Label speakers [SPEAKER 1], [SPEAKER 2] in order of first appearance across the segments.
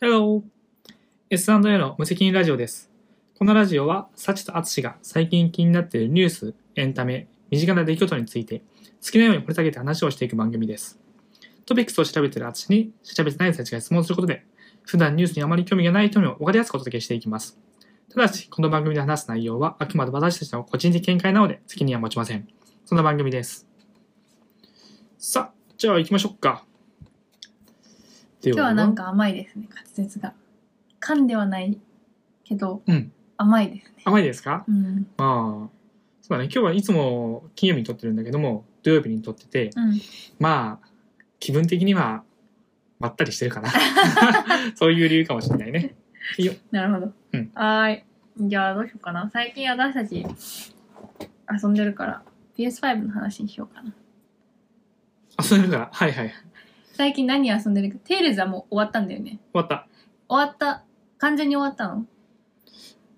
[SPEAKER 1] Hello! S&A の無責任ラジオです。このラジオは、サチとアツシが最近気になっているニュース、エンタメ、身近な出来事について、好きなように掘り下げて話をしていく番組です。トピックスを調べているアツシに、調べてないサチが質問することで、普段ニュースにあまり興味がない人にも分かりやすくお届けしていきます。ただし、この番組で話す内容は、あくまで私たちの個人的見解なので、責任は持ちません。そんな番組です。さあ、じゃあ行きましょうか。今
[SPEAKER 2] 今日はなんか甘いですね滑舌が噛んではないけど、
[SPEAKER 1] うん
[SPEAKER 2] 甘いですね
[SPEAKER 1] 甘いですか
[SPEAKER 2] うん
[SPEAKER 1] まあそうだね今日はいつも金曜日に撮ってるんだけども土曜日に撮ってて
[SPEAKER 2] うん
[SPEAKER 1] まあ気分的にはまったりしてる かなそういう理由かもしれないねいいよ
[SPEAKER 2] なるほど、
[SPEAKER 1] うん
[SPEAKER 2] はーいじゃあどうしようかな最近私たち遊んでるから PS5 の話にしようかな
[SPEAKER 1] 遊んでるからはいはい終
[SPEAKER 2] 最近何遊んでるかテイルズはもう終わったんだよね
[SPEAKER 1] わった
[SPEAKER 2] 終わった完全に終わったの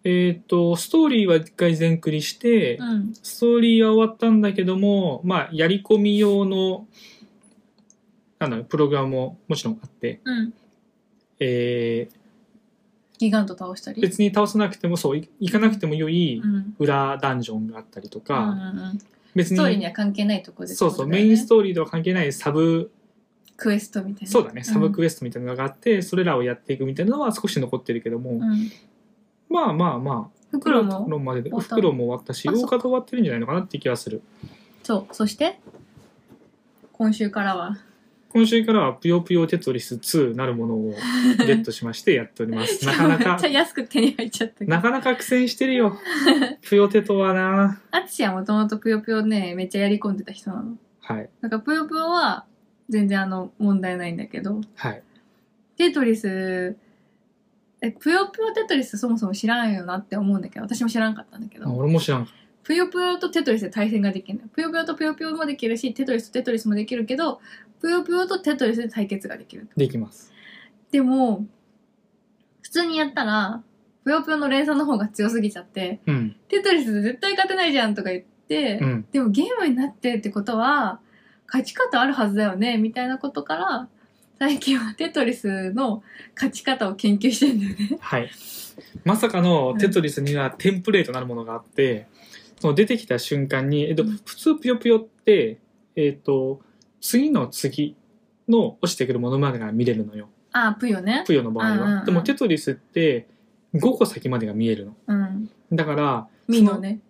[SPEAKER 1] えっ、とストーリーは一回全クリして、
[SPEAKER 2] うん
[SPEAKER 1] ストーリーは終わったんだけどもまあやり込み用のなんだろうプログラムももちろんあって、
[SPEAKER 2] うん
[SPEAKER 1] えー
[SPEAKER 2] ギガント倒したり
[SPEAKER 1] 別に倒さなくてもそうい行かなくても良い
[SPEAKER 2] うん
[SPEAKER 1] 裏ダンジョンがあったりとか、
[SPEAKER 2] うんうんうん、
[SPEAKER 1] 別
[SPEAKER 2] ス
[SPEAKER 1] に
[SPEAKER 2] トーリーには関係ないところで
[SPEAKER 1] そうそう、メインス
[SPEAKER 2] ト
[SPEAKER 1] トーリーとは関係ないサブ、
[SPEAKER 2] クエストみたいな
[SPEAKER 1] そうだね、サブ
[SPEAKER 2] エ
[SPEAKER 1] クエストみたいなのがあって、それらをやっていくみたいなのは少し残ってるけども、
[SPEAKER 2] スト、うん、
[SPEAKER 1] まあまあまあ、
[SPEAKER 2] 袋
[SPEAKER 1] と
[SPEAKER 2] も
[SPEAKER 1] ころまでで、
[SPEAKER 2] 終わった
[SPEAKER 1] 袋も終わったし、
[SPEAKER 2] あ
[SPEAKER 1] 大
[SPEAKER 2] そっか
[SPEAKER 1] 方終わってるんじゃないのかなって気がする。
[SPEAKER 2] そう、そして、今週からは、
[SPEAKER 1] 今週からは、ぷよぷよテトリス2なるもの をゲットしましてやっております。なかな
[SPEAKER 2] めっ
[SPEAKER 1] か
[SPEAKER 2] ちゃ、安く手に入っちゃったけど。
[SPEAKER 1] なかなか苦戦してる よ。ぷよテトはな。
[SPEAKER 2] あつしはもともとぷよぷよね、めっちゃやり込んでた人なの。
[SPEAKER 1] はい、
[SPEAKER 2] なんかぷよぷよは、全然あの、問題ないんだけど、
[SPEAKER 1] はい。
[SPEAKER 2] テトリス、え、ぷよぷよテトリスそもそも知らんよなって思うんだけど、私も知らんかったんだけ
[SPEAKER 1] あ
[SPEAKER 2] ど、
[SPEAKER 1] 俺も知らんかっ
[SPEAKER 2] ぷよぷよとテトリスで対戦ができるのよ。ぷよぷよとぷよぷよもできるし、テトリスとテトリスもできるけど、ぷよぷよとテトリスで対決ができる。
[SPEAKER 1] た。できます。
[SPEAKER 2] でも、普通にやったら、ぷよぷよの連鎖の方が強すぎちゃって、
[SPEAKER 1] うん、
[SPEAKER 2] テトリス絶対勝てないじゃんとか言って、
[SPEAKER 1] うん。
[SPEAKER 2] でもゲームになってってことは勝ち方あるはずだよねみたいなことから最近はテトリスの勝ち方を研究してんだよね。
[SPEAKER 1] はい。まさかのテトリスにはテンプレートなるものがあって、その出てきた瞬間に、えっと、
[SPEAKER 2] うん
[SPEAKER 1] 普通ぷよぷよって、えっと、次の次の落ちてくるものまでが見れるのよ。
[SPEAKER 2] ああ、プヨね。
[SPEAKER 1] ぷよの場合
[SPEAKER 2] うんうんう
[SPEAKER 1] は。
[SPEAKER 2] ん
[SPEAKER 1] でもテトリスって5個先までが見えるの。
[SPEAKER 2] うん。
[SPEAKER 1] だから、
[SPEAKER 2] ミノね
[SPEAKER 1] ん。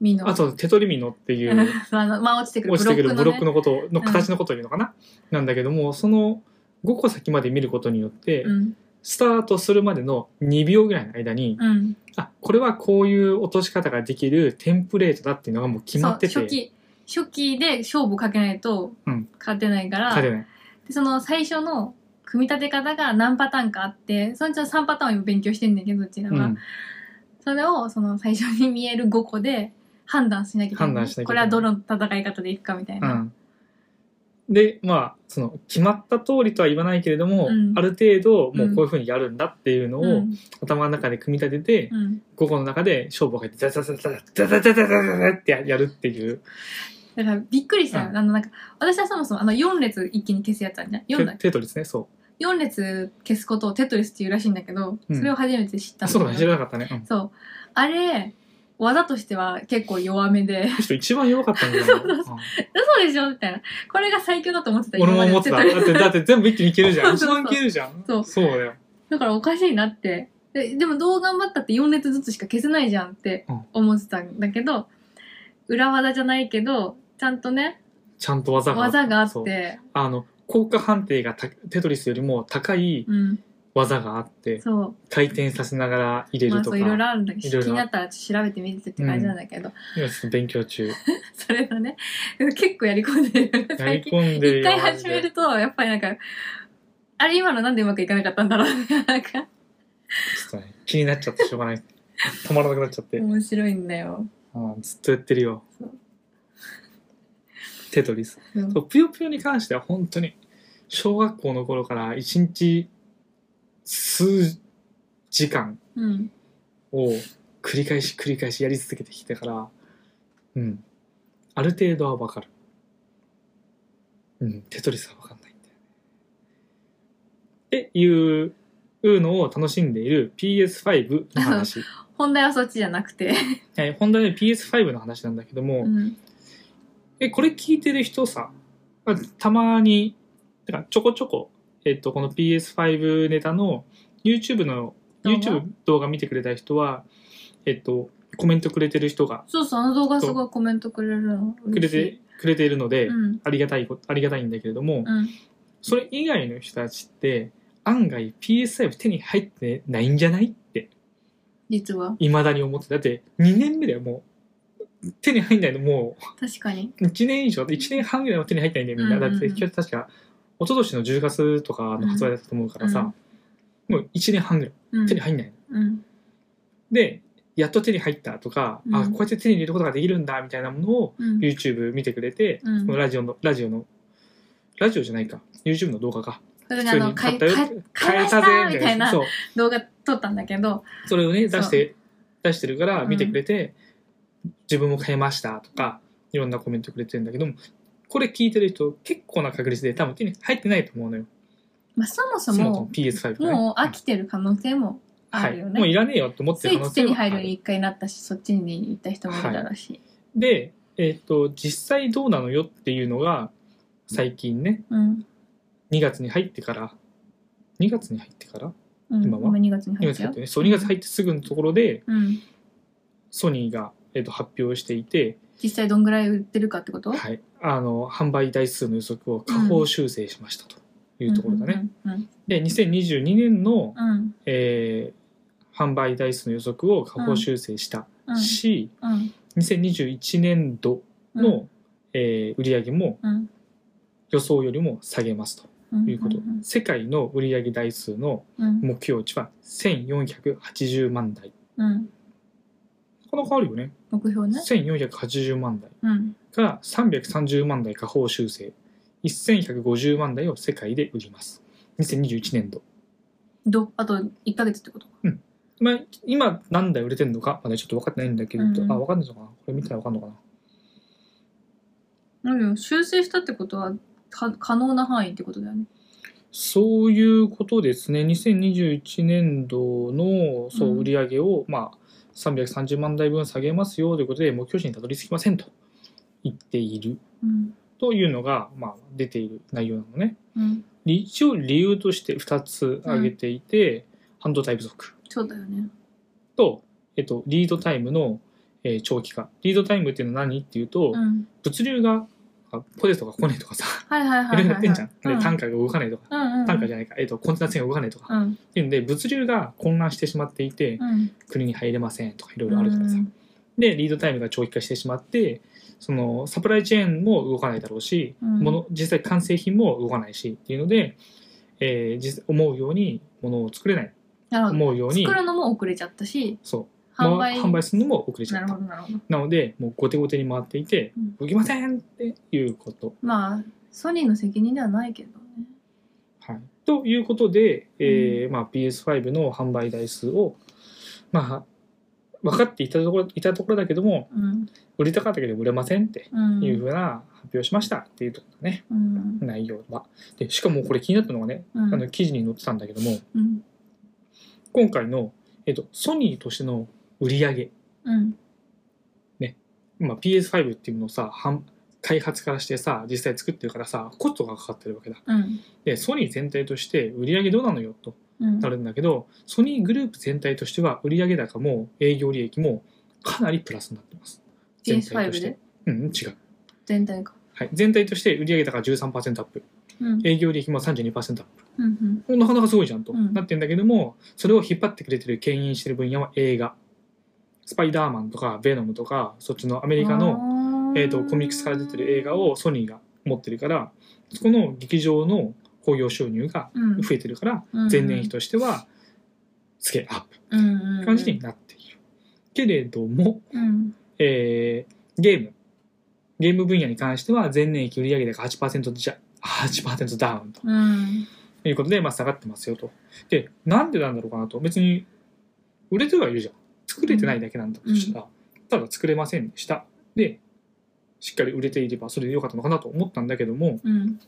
[SPEAKER 2] ミノ。
[SPEAKER 1] あとテトリミノっていう
[SPEAKER 2] そう あの、まあ落ちてくる
[SPEAKER 1] 落ちてくるブロック
[SPEAKER 2] のね。
[SPEAKER 1] のことの形のことを言うのかな、なんだけども、その5個先まで見ることによって、
[SPEAKER 2] うん。
[SPEAKER 1] スタートするまでの2秒ぐらいの間に、
[SPEAKER 2] うん。
[SPEAKER 1] あこれはこういう落とし方ができるテンプレートだっていうのがもう決まってて
[SPEAKER 2] そう初期、初期で勝負かけないと
[SPEAKER 1] うん
[SPEAKER 2] 勝てないから、
[SPEAKER 1] 勝てない
[SPEAKER 2] でその最初の組み立て方が何パターンかあって、そのうちの3パターンを今勉強してんだけど、うちら
[SPEAKER 1] う
[SPEAKER 2] は。
[SPEAKER 1] ん、
[SPEAKER 2] それをその最初に見える5個で判断しなきゃいけない
[SPEAKER 1] 判断しなきゃいけ
[SPEAKER 2] こ
[SPEAKER 1] な
[SPEAKER 2] れ
[SPEAKER 1] い
[SPEAKER 2] はどの戦い方でいくかみたいうな、
[SPEAKER 1] ん、でまあその決まった通りとは言わないけれども、
[SPEAKER 2] うん
[SPEAKER 1] ある程度もうこういうふうにやるんだっていうのを、
[SPEAKER 2] うん
[SPEAKER 1] 頭の中で組み立てて、
[SPEAKER 2] うん
[SPEAKER 1] 午後の中で勝負をかけてザザザザザザザザザザザってやるっていう
[SPEAKER 2] だからびっくりしたよ、
[SPEAKER 1] うん
[SPEAKER 2] あのなんか私はそもそもあの4列一気に消すやつあるじゃん
[SPEAKER 1] テ
[SPEAKER 2] 4, だっけ
[SPEAKER 1] テトリスねそ
[SPEAKER 2] 四列消すことをテトリスっていうらしいんだけど、
[SPEAKER 1] うん
[SPEAKER 2] それを初めて知っ
[SPEAKER 1] う
[SPEAKER 2] た
[SPEAKER 1] あ
[SPEAKER 2] ん
[SPEAKER 1] そうだね知ら
[SPEAKER 2] ど
[SPEAKER 1] なかった ね、うん、
[SPEAKER 2] そうあれ技としては結構弱めで
[SPEAKER 1] むしろ一番弱かったんだよ、うん
[SPEAKER 2] 嘘でしょみたいなこれが最強だと思ってた
[SPEAKER 1] 俺も思っ
[SPEAKER 2] の
[SPEAKER 1] て
[SPEAKER 2] テ
[SPEAKER 1] た
[SPEAKER 2] ト
[SPEAKER 1] だ
[SPEAKER 2] リス
[SPEAKER 1] ってだって全部一気にいけるじゃん一
[SPEAKER 2] そうそうそう
[SPEAKER 1] 番いけるじゃん
[SPEAKER 2] そう
[SPEAKER 1] そうだよ
[SPEAKER 2] だからおかしいなって。ででもどう頑張ったって4列ずつしか消せないじゃんって
[SPEAKER 1] うん
[SPEAKER 2] 思ってたんだけど、裏技じゃないけど、ちゃんとね、
[SPEAKER 1] ちゃんと技が
[SPEAKER 2] 技があっ
[SPEAKER 1] そう
[SPEAKER 2] て、
[SPEAKER 1] あの効果判定がたテトリスよりも高い
[SPEAKER 2] うん、
[SPEAKER 1] 技があって
[SPEAKER 2] そ
[SPEAKER 1] 回転させながら入れ
[SPEAKER 2] う、ま
[SPEAKER 1] ると
[SPEAKER 2] あそ
[SPEAKER 1] か、
[SPEAKER 2] ういろいろあるんだけ
[SPEAKER 1] いろ
[SPEAKER 2] ど、
[SPEAKER 1] いろ
[SPEAKER 2] 気になったらちょっと調べてみてって感じなんだけど、
[SPEAKER 1] 今ちょっと勉強中
[SPEAKER 2] それだね、結構やり込んで る。
[SPEAKER 1] やり
[SPEAKER 2] 最近。
[SPEAKER 1] 込んでる
[SPEAKER 2] 一
[SPEAKER 1] よ
[SPEAKER 2] 回始めると、やっぱりなんか、あれ今のなんでうまくいかなかったんだろうね。なんか、
[SPEAKER 1] マジでちょっとね気になっちゃってしょうがない止まらなくなっちゃって、
[SPEAKER 2] 面白いんだよ。
[SPEAKER 1] うんずっとやってるよ
[SPEAKER 2] そう
[SPEAKER 1] テトリス
[SPEAKER 2] うん
[SPEAKER 1] そうぷよぷよに関しては本当に小学校の頃から一日数時間
[SPEAKER 2] うん。
[SPEAKER 1] を繰り返し繰り返しやり続けてきたからうんある程度はわかるうんテトリスはわかんないんだよねっていうウーノを楽しんでいる PS5 の 話。
[SPEAKER 2] 本題はそっちじゃなくて。
[SPEAKER 1] はい、本題で PS5 の話なんだけども、
[SPEAKER 2] うん。
[SPEAKER 1] え、これ聞いてる人さ、まあたまに、だからちょこちょこ、えっと、この PS5 ネタの YouTube の、
[SPEAKER 2] 動画
[SPEAKER 1] YouTube 動画見てくれた人は、えっと、コメントくれてる人が
[SPEAKER 2] そうそう、あの動画すごいコメントくれるの。
[SPEAKER 1] くれ
[SPEAKER 2] 嬉しい
[SPEAKER 1] て、くれているので、
[SPEAKER 2] うん。
[SPEAKER 1] ありがたいこ、ありがたいんだけれども、
[SPEAKER 2] うん。
[SPEAKER 1] それ以外の人たちって、案外 PS5 手に入ってないんじゃないって、
[SPEAKER 2] 実は。
[SPEAKER 1] 未だに思って、だって2年目だよ、もう。手に入んないの、もう。
[SPEAKER 2] 確かに。
[SPEAKER 1] 1年以上、1年半ぐらいは手に入ってないんだよ、みんな。
[SPEAKER 2] うんうんうん
[SPEAKER 1] だって、今日確か、一昨年の10月とかの発売だったと思うからさ、もう1年半ぐらい
[SPEAKER 2] うん
[SPEAKER 1] 手。に入んない。
[SPEAKER 2] うん。
[SPEAKER 1] で、やっと手に入ったとか、
[SPEAKER 2] うん
[SPEAKER 1] あ、こうやって手に入れることができるんだ、みたいなものを
[SPEAKER 2] うん。
[SPEAKER 1] YouTube 見てくれて、
[SPEAKER 2] うん
[SPEAKER 1] このラジオの、ラジオの、ラジオじゃないか、YouTube の動画か。
[SPEAKER 2] それがあ
[SPEAKER 1] 普通
[SPEAKER 2] の、買
[SPEAKER 1] に
[SPEAKER 2] い、買い、買いましたみたいな
[SPEAKER 1] そう。
[SPEAKER 2] 動画撮ったんだけど、
[SPEAKER 1] それをね、
[SPEAKER 2] そう
[SPEAKER 1] 出して、出してるから見てくれて、自分も買いましたとか、いろんなコメントくれてるんだけども、これ聞いてる人、結構な確率で多分手に入ってないと思うのよ。
[SPEAKER 2] まあそもそ
[SPEAKER 1] そもそも
[SPEAKER 2] も、
[SPEAKER 1] PS5 がね。
[SPEAKER 2] もう飽きてる可能性もあるよ
[SPEAKER 1] はい。もうい
[SPEAKER 2] ね。
[SPEAKER 1] らねえよって思って
[SPEAKER 2] つ
[SPEAKER 1] る
[SPEAKER 2] い
[SPEAKER 1] 可能
[SPEAKER 2] 手
[SPEAKER 1] 性は
[SPEAKER 2] に
[SPEAKER 1] あ
[SPEAKER 2] 入る
[SPEAKER 1] る
[SPEAKER 2] に一回なったし、そっちに行った人もいたらしい。
[SPEAKER 1] で、えっ、と、実際どうなのよっていうのが、最近ね、
[SPEAKER 2] うん。
[SPEAKER 1] 2月に入ってから、2月に入ってから
[SPEAKER 2] うん。
[SPEAKER 1] 今
[SPEAKER 2] 今
[SPEAKER 1] は
[SPEAKER 2] 2月に
[SPEAKER 1] ?2
[SPEAKER 2] 入っ
[SPEAKER 1] 月
[SPEAKER 2] ち
[SPEAKER 1] 入
[SPEAKER 2] ゃ
[SPEAKER 1] っ
[SPEAKER 2] う
[SPEAKER 1] て。ね。そう、2月入ってすぐのところで、
[SPEAKER 2] うん。
[SPEAKER 1] ソニーが、えっと発表していて、
[SPEAKER 2] 実際どんぐらい売ってるかってこと
[SPEAKER 1] はい、あの販売台数の予測を下方修正しましたというところだね。。
[SPEAKER 2] うんうん
[SPEAKER 1] で2022年の、
[SPEAKER 2] うん。
[SPEAKER 1] えー販売台数の予測を下方修正した
[SPEAKER 2] うん。
[SPEAKER 1] し、
[SPEAKER 2] うん。
[SPEAKER 1] 2021年度
[SPEAKER 2] うん
[SPEAKER 1] の、、えー売り上げも
[SPEAKER 2] うん。
[SPEAKER 1] 予想よりも下げます
[SPEAKER 2] うん
[SPEAKER 1] ということ、
[SPEAKER 2] うん
[SPEAKER 1] 世界の売り上げ台数の
[SPEAKER 2] うん。
[SPEAKER 1] 目標値は1480万台
[SPEAKER 2] うん。
[SPEAKER 1] なかなかあるよね
[SPEAKER 2] 目標ね。
[SPEAKER 1] 1480万台
[SPEAKER 2] うん。
[SPEAKER 1] から330万台下方修正1150万台を世界で売ります2021年度、
[SPEAKER 2] ど、あと1ヶ月ってこと
[SPEAKER 1] まあ、今何台売れてるのかまだちょっと分かってないんだけど、
[SPEAKER 2] うんうん
[SPEAKER 1] あ分かんないのかなこれ見たら分かんのかな
[SPEAKER 2] うん。修正したってことは、か可能な範囲ってことだよね。
[SPEAKER 1] そういうことですね2021年度のそううん売り上げを、まあ、330万台分下げますよということで目標値にたどり着きませんと言っている
[SPEAKER 2] うん。
[SPEAKER 1] というのが、まあ、出ている内容なのね
[SPEAKER 2] うん。
[SPEAKER 1] 一応理由として2つ挙げていて、半導体不足
[SPEAKER 2] そうだよね。
[SPEAKER 1] と、えっと、リードタイムの、えー長期化。リードタイムっていうのは何っていうと、
[SPEAKER 2] うん。
[SPEAKER 1] 物流があポテトが来ねえとかさ、
[SPEAKER 2] はいはいはいいは
[SPEAKER 1] ろ
[SPEAKER 2] い
[SPEAKER 1] いろや
[SPEAKER 2] はい。
[SPEAKER 1] ってんじゃん。
[SPEAKER 2] う
[SPEAKER 1] で、単価が動かないとか、
[SPEAKER 2] うんうん。
[SPEAKER 1] 単価じゃないか、えっと、コンテナ線が動かないとか。
[SPEAKER 2] うん。
[SPEAKER 1] っていうんで、物流が混乱してしまっていて、
[SPEAKER 2] うん。
[SPEAKER 1] 国に入れませんとかいろい
[SPEAKER 2] うん。
[SPEAKER 1] ろあるからさ。で、リードタイムが長期化してしまって、そのサプライチェーンも動かないだろうし、
[SPEAKER 2] うん
[SPEAKER 1] もの実際完成品も動かないしっていうので、えー実思うようにものを作れない。
[SPEAKER 2] なるほど。
[SPEAKER 1] 思うように、
[SPEAKER 2] 作るのも遅れちゃったし、
[SPEAKER 1] そう。
[SPEAKER 2] 販
[SPEAKER 1] 販
[SPEAKER 2] 売。
[SPEAKER 1] 売販売するのも遅れちゃ
[SPEAKER 2] な
[SPEAKER 1] っ
[SPEAKER 2] る
[SPEAKER 1] た
[SPEAKER 2] ほどなるほど。
[SPEAKER 1] なのでもう後手後手に回っていて、
[SPEAKER 2] うん
[SPEAKER 1] 動きませんっていうこと、
[SPEAKER 2] まあ、ソニーの責任ではないけどね。
[SPEAKER 1] はい、ということで、えーまあ、PS5 の販売台数をまあ分かっていたところいたところだけども
[SPEAKER 2] うん。
[SPEAKER 1] 売りたかったけど売れませんって
[SPEAKER 2] うん。
[SPEAKER 1] いうふうな発表をしましたっていうところだね、
[SPEAKER 2] うん。
[SPEAKER 1] 内容はでしかもこれ気になったのがね、
[SPEAKER 2] うん
[SPEAKER 1] あの記事に載ってたんだけども
[SPEAKER 2] うん。
[SPEAKER 1] 今回の、えっとソニーとしての売り上げ、
[SPEAKER 2] うん。
[SPEAKER 1] まあ、PS5 っていうのをさ販開発からしてさ実際作ってるからさコストがかかってるわけだ
[SPEAKER 2] うん。
[SPEAKER 1] でソニー全体として売り上げどうなのよと
[SPEAKER 2] うん
[SPEAKER 1] なるんだけどソニーグループ全体としては売上高も営業利益もかなりプラスになってます全体とし
[SPEAKER 2] PS5 で
[SPEAKER 1] てうん違う、
[SPEAKER 2] 全体か。
[SPEAKER 1] はい、全体として売上高13%アップ
[SPEAKER 2] うん。
[SPEAKER 1] 営業利益も32%アッ
[SPEAKER 2] うんうん。
[SPEAKER 1] プなかなかすごいじゃんと、
[SPEAKER 2] うん
[SPEAKER 1] なってんだけどもそれを引っ張ってくれてる牽引してる分野は映画スパイダーマンとかベノムとかそっちのアメリカの、
[SPEAKER 2] の
[SPEAKER 1] えー、とコミックスから出てる映画をソニーが持ってるからそこの劇場の興行収入が増えてるから、前年比としてはスケールアップ
[SPEAKER 2] うん
[SPEAKER 1] 感じになっている、けれども、
[SPEAKER 2] うん
[SPEAKER 1] えーゲームゲーム分野に関しては前年比売上高8%じゃ8%ダウンと
[SPEAKER 2] うん
[SPEAKER 1] いうことで、まあ、下がってますよとでなんでなんだろうかなと別に売れてはいるじゃん作れてないだけなんだとしたら、ただ作れませんでしたでしっかり売れていればそれでよかったのかなと思ったんだけども、
[SPEAKER 2] うん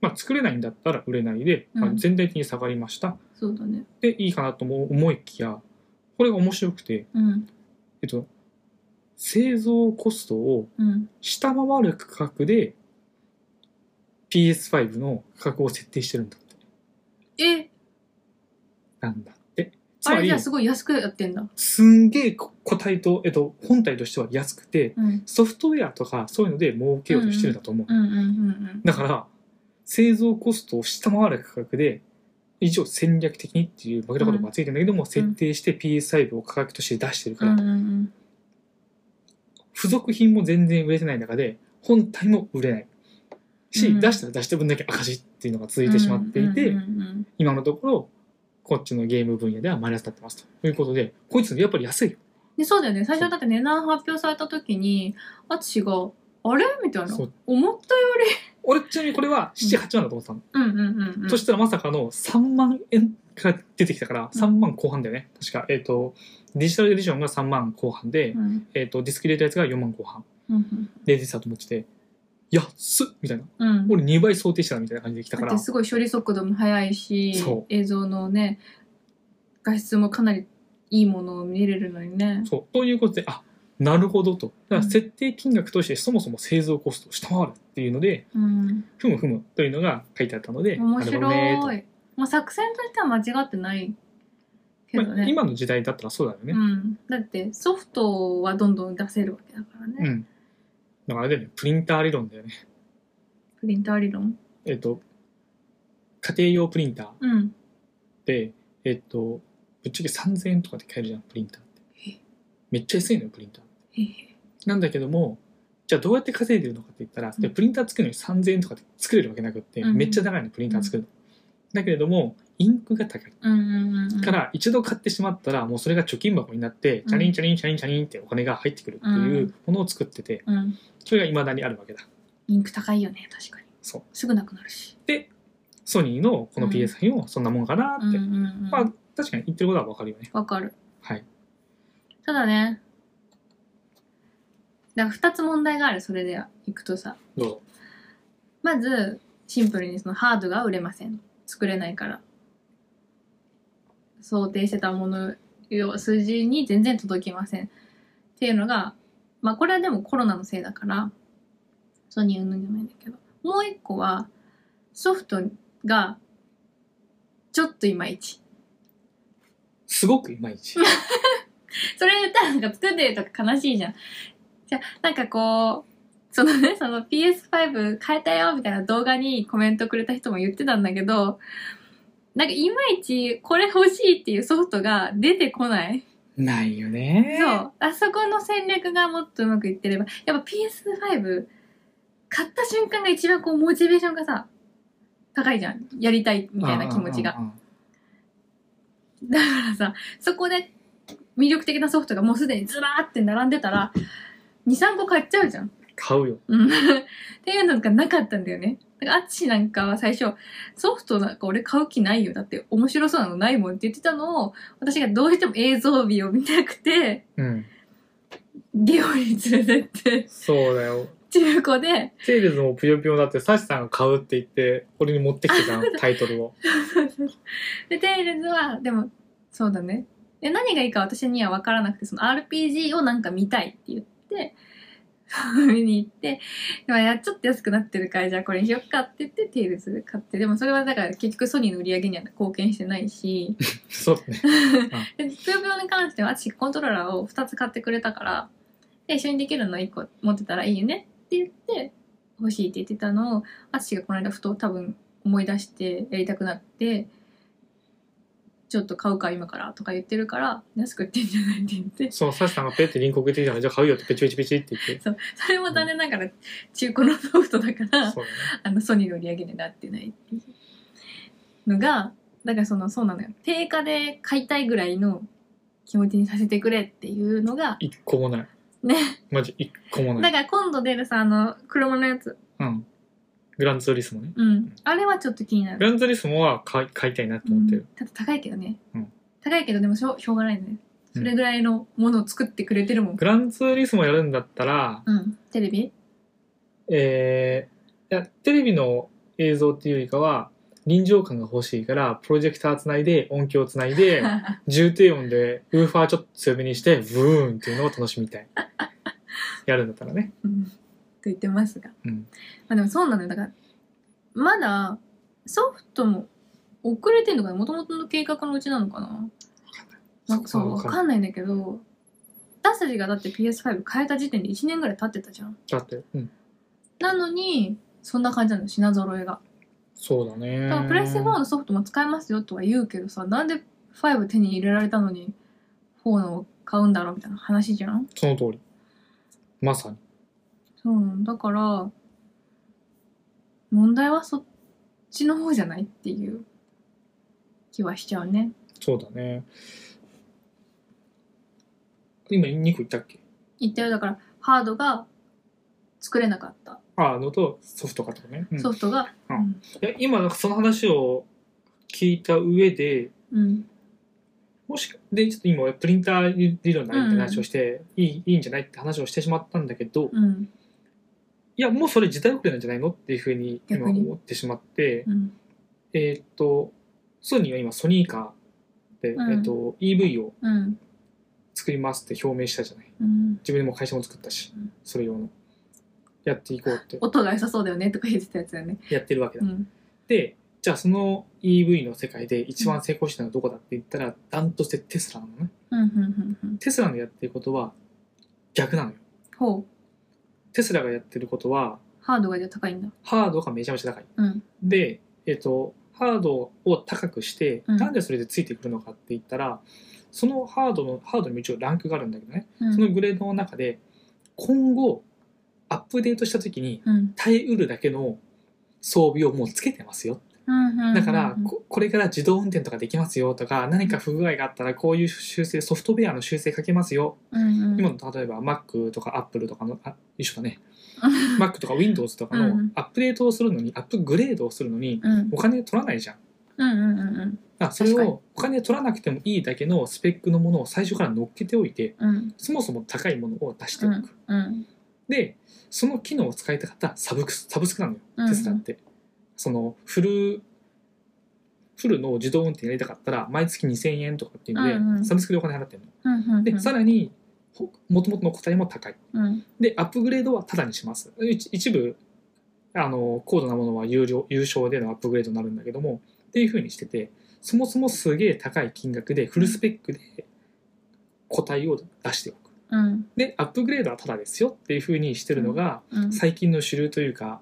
[SPEAKER 1] ままあ、作れないんだったら売れないで、まあ
[SPEAKER 2] うん
[SPEAKER 1] 全体的に下がりました
[SPEAKER 2] そうだね。
[SPEAKER 1] でいいかなとも思いきやこれが面白くて、
[SPEAKER 2] うん。
[SPEAKER 1] えっと、製造コストを
[SPEAKER 2] うん。
[SPEAKER 1] 下回る価格で PS5 の価格を設定してるんだって
[SPEAKER 2] え、
[SPEAKER 1] なんだってつ
[SPEAKER 2] あ
[SPEAKER 1] ま
[SPEAKER 2] れ
[SPEAKER 1] り
[SPEAKER 2] じゃあすごい安くやってんだ。
[SPEAKER 1] すんげえ個体と、えっと、本体としては安くて
[SPEAKER 2] うん。
[SPEAKER 1] ソフトウェアとかそういうので儲けようとしてるんだと思う、
[SPEAKER 2] うんうんうん
[SPEAKER 1] だから製造コストを下回る価格で一応戦略的にっていう負けたことがついてるんだけども、設定して PS5 を価格として出してる
[SPEAKER 2] う
[SPEAKER 1] から、
[SPEAKER 2] ん。うんうん
[SPEAKER 1] 付属品も全然売れてない中で本体も売れないし、
[SPEAKER 2] うん
[SPEAKER 1] 出したら出した分だけ赤字っていうのが続
[SPEAKER 2] うん。
[SPEAKER 1] いてしまっていて、
[SPEAKER 2] うんうんうん
[SPEAKER 1] 今のところこっちのゲーム分野ではマイナスになってますということでこいつやっぱり安いよ
[SPEAKER 2] でそうだよね。最初だって値段発表された時に、あつしが、あれみたいな
[SPEAKER 1] そう。
[SPEAKER 2] 思ったより。
[SPEAKER 1] 俺ちなみにこれは78万だと思ってたの、
[SPEAKER 2] うんうんうんうん。
[SPEAKER 1] そしたらまさかの3万円が出てきたから
[SPEAKER 2] うん
[SPEAKER 1] 3万後半だよね確かえっ、とデジタルエディションが3万後半で、
[SPEAKER 2] うん
[SPEAKER 1] えっとディスク入れたやつが4万後半
[SPEAKER 2] うん
[SPEAKER 1] で出てたと思ってて安っみたいな
[SPEAKER 2] うんうん。
[SPEAKER 1] 俺2倍想定してたみたいな感じで来たか
[SPEAKER 2] だっ
[SPEAKER 1] ら
[SPEAKER 2] てすごい処理速度も速いし
[SPEAKER 1] そう
[SPEAKER 2] 映像のね画質もかなりいいものを見れるのにね
[SPEAKER 1] そう。ということで、あ、なるほどと。だから
[SPEAKER 2] うん
[SPEAKER 1] 設定金額としてそもそも製造コストを下回るっていうので、
[SPEAKER 2] うん
[SPEAKER 1] ふむふむというのが書いてあったので、
[SPEAKER 2] 面
[SPEAKER 1] なるほ
[SPEAKER 2] 白
[SPEAKER 1] どね
[SPEAKER 2] い、まあ、作戦としては間違ってないけ
[SPEAKER 1] と
[SPEAKER 2] ど
[SPEAKER 1] まあ
[SPEAKER 2] ね、
[SPEAKER 1] 今の時代だったらそうだよね。
[SPEAKER 2] うん、だってソフトはどんどん出せるわけだから
[SPEAKER 1] うん。
[SPEAKER 2] ね、
[SPEAKER 1] だからあれだよね、プリンター理論だよね。
[SPEAKER 2] プリンター理論
[SPEAKER 1] えっと、家庭用プリンター
[SPEAKER 2] うん
[SPEAKER 1] で、えっと、ぶっちゃけ3000円とかで買えるじゃん、プリンターって。めっちゃ安いのよ、プリンター。
[SPEAKER 2] へへ
[SPEAKER 1] なんだけども、じゃあどうやって稼いでるのかって言ったら、
[SPEAKER 2] うん
[SPEAKER 1] でプリンター作るのに3000円とかで作れるわけなくって、
[SPEAKER 2] うん
[SPEAKER 1] めっちゃ高いの、プリンター作るの。だけれども、インクが高い。
[SPEAKER 2] うんうんうん
[SPEAKER 1] から一度買ってしまったらもうそれが貯金箱になって
[SPEAKER 2] ん
[SPEAKER 1] チャリンチャリンチャリンチャリンってお金が入ってくるっていううものを作ってて
[SPEAKER 2] うん
[SPEAKER 1] それがいまだにあるわけだ
[SPEAKER 2] インク高いよね確かに
[SPEAKER 1] そう
[SPEAKER 2] すぐなくなるし
[SPEAKER 1] ソニーのこの
[SPEAKER 2] うん
[SPEAKER 1] PS もそんなもんかな
[SPEAKER 2] うん
[SPEAKER 1] って、
[SPEAKER 2] うんうん
[SPEAKER 1] まあ確かに言ってることはわかるよね
[SPEAKER 2] わかる
[SPEAKER 1] はい
[SPEAKER 2] ただね、なんか2つ問題がある、それでいくとさ。
[SPEAKER 1] どうぞ
[SPEAKER 2] まず、シンプルにそのハードが売れません。作れないから。想定してたものよ、数字に全然届きません。っていうのが、まあこれはでもコロナのせいだから、ソニーうんぬんじゃないんだけど。もう一個は、ソフトが、ちょっといまいち。
[SPEAKER 1] すごくいまい ち
[SPEAKER 2] それ言ったらなんか作ってるとか悲しいじゃん。じゃあ、なんかこう、そのね、 その PS5 変えたよみたいな動画にコメントくれた人も言ってたんだけど、なんかいまいちこれ欲しいっていうソフトが出てこない。
[SPEAKER 1] ないよね
[SPEAKER 2] そう。あそこの戦略がもっとうまくいってれば、やっぱ PS5 買った瞬間が一番こうモチベーションがさ、高いじゃん。やりたいみたいな気持ちが
[SPEAKER 1] う。んうんうん
[SPEAKER 2] だからさ、そこで魅力的なソフトがもうすでにずらーって並んでたら、2、3個買っちゃうじゃん。
[SPEAKER 1] 買うよ
[SPEAKER 2] うん っていうのがなかったんだよね。だから、アッチなんかは最初、ソフトなんか俺買う気ないよ。だって面白そうなのないもんって言ってたのを、私がどうしても映像美を見たくて、
[SPEAKER 1] うん
[SPEAKER 2] ゲオに連れてって、
[SPEAKER 1] そうだよ
[SPEAKER 2] 中古で、
[SPEAKER 1] テイルズもぷよぷよだってサシさんが買うって言って俺に持ってきてたタイトルを
[SPEAKER 2] で、テイルズは、でも、そうだね。で、何がいいか私には分からなくて、その RPG をなんか見たいって言って、 見に行って、まあやちょっと安くなってるから、じゃあこれにしよっかって言って、テイルズ買って、でもそれはだから結局ソニーの売り上げには貢献してないし、
[SPEAKER 1] そうだね
[SPEAKER 2] で、ぷよぷよに関しては私コントローラーを2つ買ってくれたから、で、一緒にできるの1個持ってたらいいよねって言って、欲しいって言ってたのを、私がこの間ふと多分思い出してやりたくなって、ちょっと買うか今からとか言ってるから、安く売ってんじゃないって言って、
[SPEAKER 1] そうサシさんがペってリンク送ってきたからじゃあ買うよってペチペチペチって言って
[SPEAKER 2] そう、それも残念ながら中古のソフトだから、
[SPEAKER 1] そうだね
[SPEAKER 2] あのソニーの売り上げになってないっていうのがだからそのそうなのよ定価で買いたいぐらいの気持ちにさせてくれっていうのが
[SPEAKER 1] 一個もない
[SPEAKER 2] ね
[SPEAKER 1] マジ一個もな
[SPEAKER 2] だ
[SPEAKER 1] い
[SPEAKER 2] から今度出るさあの車のやつ
[SPEAKER 1] うんグランツーリスモね
[SPEAKER 2] うんあれはちょっと気にな
[SPEAKER 1] グ
[SPEAKER 2] る、
[SPEAKER 1] ランツーリスモは買い買いたいなと
[SPEAKER 2] う
[SPEAKER 1] 思
[SPEAKER 2] ん、
[SPEAKER 1] って
[SPEAKER 2] た
[SPEAKER 1] る、
[SPEAKER 2] だ高いけどね、
[SPEAKER 1] うん
[SPEAKER 2] 高いけどでもしょしょうがないねそれぐらいのものを作ってくれてるもん
[SPEAKER 1] グランツーリスモやるんだったら
[SPEAKER 2] うんテレビ
[SPEAKER 1] えー、いやテレビの映像っていうよりかは臨場感が欲しいからプロジェクターつないで音響つない で重低音でウーファーちょっと強めにしてブーンっていうのを楽しみたいやるんだったらね
[SPEAKER 2] うんと言ってますが、
[SPEAKER 1] うん
[SPEAKER 2] まあでもそうなのよだからまだソフトも遅れてんのかなもともとの計画のうちなのかななんかそう
[SPEAKER 1] わ
[SPEAKER 2] わ
[SPEAKER 1] かんない
[SPEAKER 2] かんないんだけど私たちがだって PS5 変えた時点で1年ぐらい経ってたじゃん
[SPEAKER 1] だってうん
[SPEAKER 2] なのにそんな感じなの品揃えが
[SPEAKER 1] そうだね
[SPEAKER 2] だからプレステ4のソフトも使えますよとは言うけどさなんで5手に入れられたのに4のを買うんだろうみたいな話じゃん
[SPEAKER 1] その通りまさに
[SPEAKER 2] そうなのだから問題はそっちの方じゃないっていう気はしちゃうね
[SPEAKER 1] そうだね今2個言ったっけ
[SPEAKER 2] 言ったよだからハードが作れなかった、
[SPEAKER 1] ああのとソフトかとかね、うん、
[SPEAKER 2] ソフトが
[SPEAKER 1] うん
[SPEAKER 2] うん
[SPEAKER 1] いや今なんかその話を聞いた上で
[SPEAKER 2] うん
[SPEAKER 1] もしかでちょっと今俺プリンター理論だみたいな話をして、いいいいんじゃないって話をしてしまったんだけど、い
[SPEAKER 2] うん
[SPEAKER 1] やもうそれ時代遅れなんじゃないのっていうふうに今
[SPEAKER 2] 逆に
[SPEAKER 1] 思ってしまって、
[SPEAKER 2] うん
[SPEAKER 1] えーっとソニーは今ソニーカーで、
[SPEAKER 2] うん
[SPEAKER 1] えーっと EV を
[SPEAKER 2] うん
[SPEAKER 1] 作りますって表明したじゃない
[SPEAKER 2] うん
[SPEAKER 1] 自分でも会社も作ったし、
[SPEAKER 2] うん
[SPEAKER 1] それ用のやっていこうって
[SPEAKER 2] 音が良さそうだよねとか言ってたやつだよね
[SPEAKER 1] やってるわけだ、
[SPEAKER 2] うん
[SPEAKER 1] でじゃあその EV の世界で一番成功したのはどこだって言ったらダントツでテスラなのね
[SPEAKER 2] うんうんうんうん
[SPEAKER 1] テスラのやってることは逆なのよ
[SPEAKER 2] ほう
[SPEAKER 1] テスラがやってることは
[SPEAKER 2] ハードがじゃあ高いんだ
[SPEAKER 1] ハードがめちゃめちゃ高い
[SPEAKER 2] うん
[SPEAKER 1] でえっ、とハードを高くして、
[SPEAKER 2] うん
[SPEAKER 1] なんでそれでついてくるのかって言ったらそのハードのハードにも一応ランクがあるんだけどね、
[SPEAKER 2] うん
[SPEAKER 1] そのグレードの中で今後アップデートした時に
[SPEAKER 2] うん
[SPEAKER 1] 耐えうるだけの装備をもうつけてますよ
[SPEAKER 2] うんうんうんうん
[SPEAKER 1] だからここれから自動運転とかできますよとか何か不具合があったらこういう修正ソフトウェアの修正かけますよ
[SPEAKER 2] うんうん
[SPEAKER 1] 今の例えば Mac とか Apple とかのあ一緒だ ね Mac とか Windows とか
[SPEAKER 2] う
[SPEAKER 1] の
[SPEAKER 2] ん
[SPEAKER 1] アップデートをするのにアップグレードをするのに
[SPEAKER 2] うん
[SPEAKER 1] お金取らないじゃん
[SPEAKER 2] うんうんうん
[SPEAKER 1] あそれ
[SPEAKER 2] 確かに
[SPEAKER 1] をお金取らなくてもいいだけのスペックのものを最初から乗っけておいて
[SPEAKER 2] うん
[SPEAKER 1] そもそも高いものを出しておく、
[SPEAKER 2] うん
[SPEAKER 1] でその機能を使いたかったらサブクスサブスクなのよ
[SPEAKER 2] うん
[SPEAKER 1] テスラって、そのフルフルの自動運転やりたかったら毎月2000円とかっていうので、
[SPEAKER 2] うんうん
[SPEAKER 1] サブスクでお金払ってるの
[SPEAKER 2] うんうんうん
[SPEAKER 1] で、さらにほ元々の個体も高い
[SPEAKER 2] うん
[SPEAKER 1] でアップグレードはタダにします一一部あの高度なものは有料有償でのアップグレードになるんだけどもっていうふうにしててそもそもすげえ高い金額でフルスペックで個体を出しておく
[SPEAKER 2] うん
[SPEAKER 1] でアップグレードはタダですよっていうふうにしてるのが、
[SPEAKER 2] うん
[SPEAKER 1] 最近の主流というか、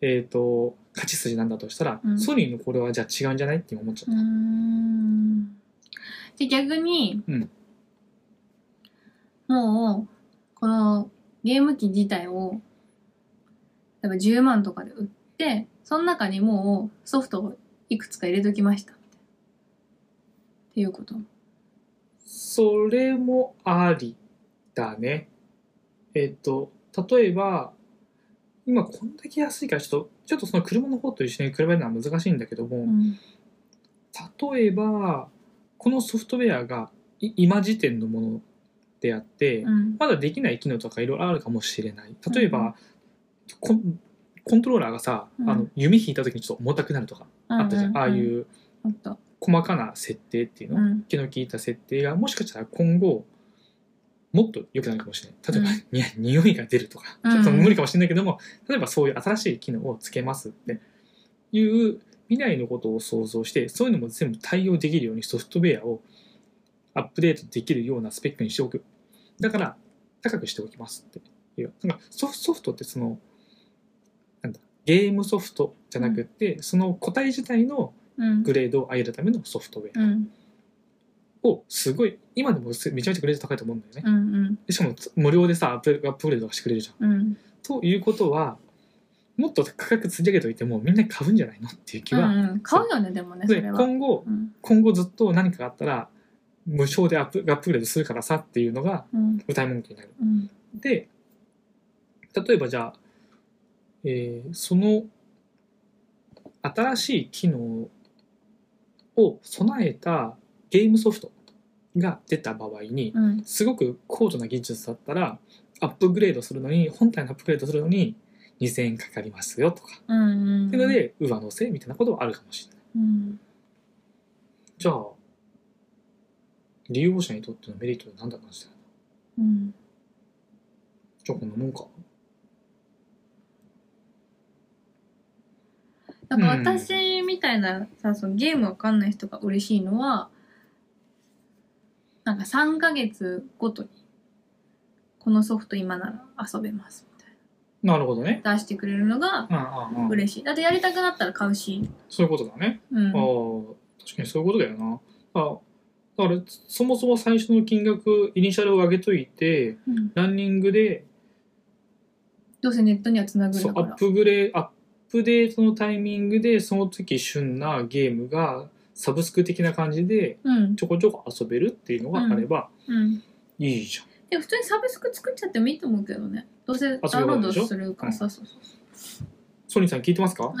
[SPEAKER 1] えー、と勝ち筋なんだとしたら、
[SPEAKER 2] うん
[SPEAKER 1] ソニーのこれはじゃあ違うんじゃないって思っちゃ
[SPEAKER 2] う
[SPEAKER 1] っ
[SPEAKER 2] ー
[SPEAKER 1] た、
[SPEAKER 2] んじゃあ逆に、
[SPEAKER 1] うん
[SPEAKER 2] もうこのゲーム機自体を例えば10万とかで売ってその中にもうソフトをいくつか入れときましたっていうこと
[SPEAKER 1] それもありだねえっ、と例えば今こんだけ安いからちょっとちょっとその車の方と一緒に比べるのは難しいんだけども、
[SPEAKER 2] うん
[SPEAKER 1] 例えばこのソフトウェアがい今時点のものであって、
[SPEAKER 2] うん
[SPEAKER 1] まだできない機能とかいろいろあるかもしれない例えば、
[SPEAKER 2] うん
[SPEAKER 1] コンコントローラーがさ、
[SPEAKER 2] うん
[SPEAKER 1] あの弓引いた時にちょっと重たくなるとかあったじゃん、ああいう
[SPEAKER 2] あった
[SPEAKER 1] 細かな設定っていう
[SPEAKER 2] う
[SPEAKER 1] の、
[SPEAKER 2] ん
[SPEAKER 1] 気の利いた設定がもしかしたら今後もっと良くなるかもしれない例えば、に匂いが出るとか
[SPEAKER 2] うん
[SPEAKER 1] ちょっと無理かもしれないけども、例えばそういう新しい機能をつけますっていう未来のことを想像してそういうのも全部対応できるようにソフトウェアをアップデートできるようなスペックにしておくだから高くしておきますっていうなんかソフソフトってそのなんだゲームソフトじゃなくって、その個体自体の
[SPEAKER 2] うん
[SPEAKER 1] グレードを上げるためのソフトウェア
[SPEAKER 2] うん
[SPEAKER 1] をすごい今でもめちゃめちゃグレード高いと思うんだよね、
[SPEAKER 2] うんうん
[SPEAKER 1] しかも無料でさアップアップグレードしてくれるじゃん
[SPEAKER 2] うん
[SPEAKER 1] ということはもっと価格つり上げといてもみんな買うんじゃないのっていう気
[SPEAKER 2] うん
[SPEAKER 1] は、
[SPEAKER 2] うん買うよねでもねそ
[SPEAKER 1] で
[SPEAKER 2] れは
[SPEAKER 1] 今後
[SPEAKER 2] うん
[SPEAKER 1] 今後ずっと何かがあったら無償でアップアップグレードするからさっていうのが
[SPEAKER 2] うん
[SPEAKER 1] 歌い文句になる
[SPEAKER 2] うん
[SPEAKER 1] で例えばじゃあ、えーその新しい機能を備えたゲームソフトが出た場合に、
[SPEAKER 2] うん
[SPEAKER 1] すごく高度な技術だったらアップグレードするのに本体のアップグレードするのに2000円かかりますよとか。
[SPEAKER 2] うんうん
[SPEAKER 1] っていうので、上乗せみたいなことはあるかもしれない。
[SPEAKER 2] うん
[SPEAKER 1] じゃあ、利用者にとってのメリットって何だったんですか
[SPEAKER 2] うん
[SPEAKER 1] じゃあこんなもんか。
[SPEAKER 2] なんか私みたいなさそのゲームわかんない人が嬉しいのはなんか3ヶ月ごとにこのソフト今なら遊べますみたい
[SPEAKER 1] なるほどね。
[SPEAKER 2] な出してくれるのが
[SPEAKER 1] うんうんうん。
[SPEAKER 2] 嬉しいだってやりたくなったら買うし、
[SPEAKER 1] そういうことだね。
[SPEAKER 2] うん、
[SPEAKER 1] ああ、確かにそういうことだよな。あだから、そもそも最初の金額、イニシャルを上げといて、
[SPEAKER 2] うん
[SPEAKER 1] ランニングで
[SPEAKER 2] どうせネットにはつなぐん
[SPEAKER 1] そう
[SPEAKER 2] だか
[SPEAKER 1] ア
[SPEAKER 2] ら
[SPEAKER 1] ップグレアップデートのタイミングでその時旬なゲームがサブスク的な感じで
[SPEAKER 2] うん
[SPEAKER 1] ちょこちょこ遊べるっていうのがあれば
[SPEAKER 2] うん
[SPEAKER 1] いいじゃん、
[SPEAKER 2] でも普通にサブスク作っちゃってもいいと思うけどねどうせダウンロードするからさそうそう
[SPEAKER 1] ソニーさん聞いてます か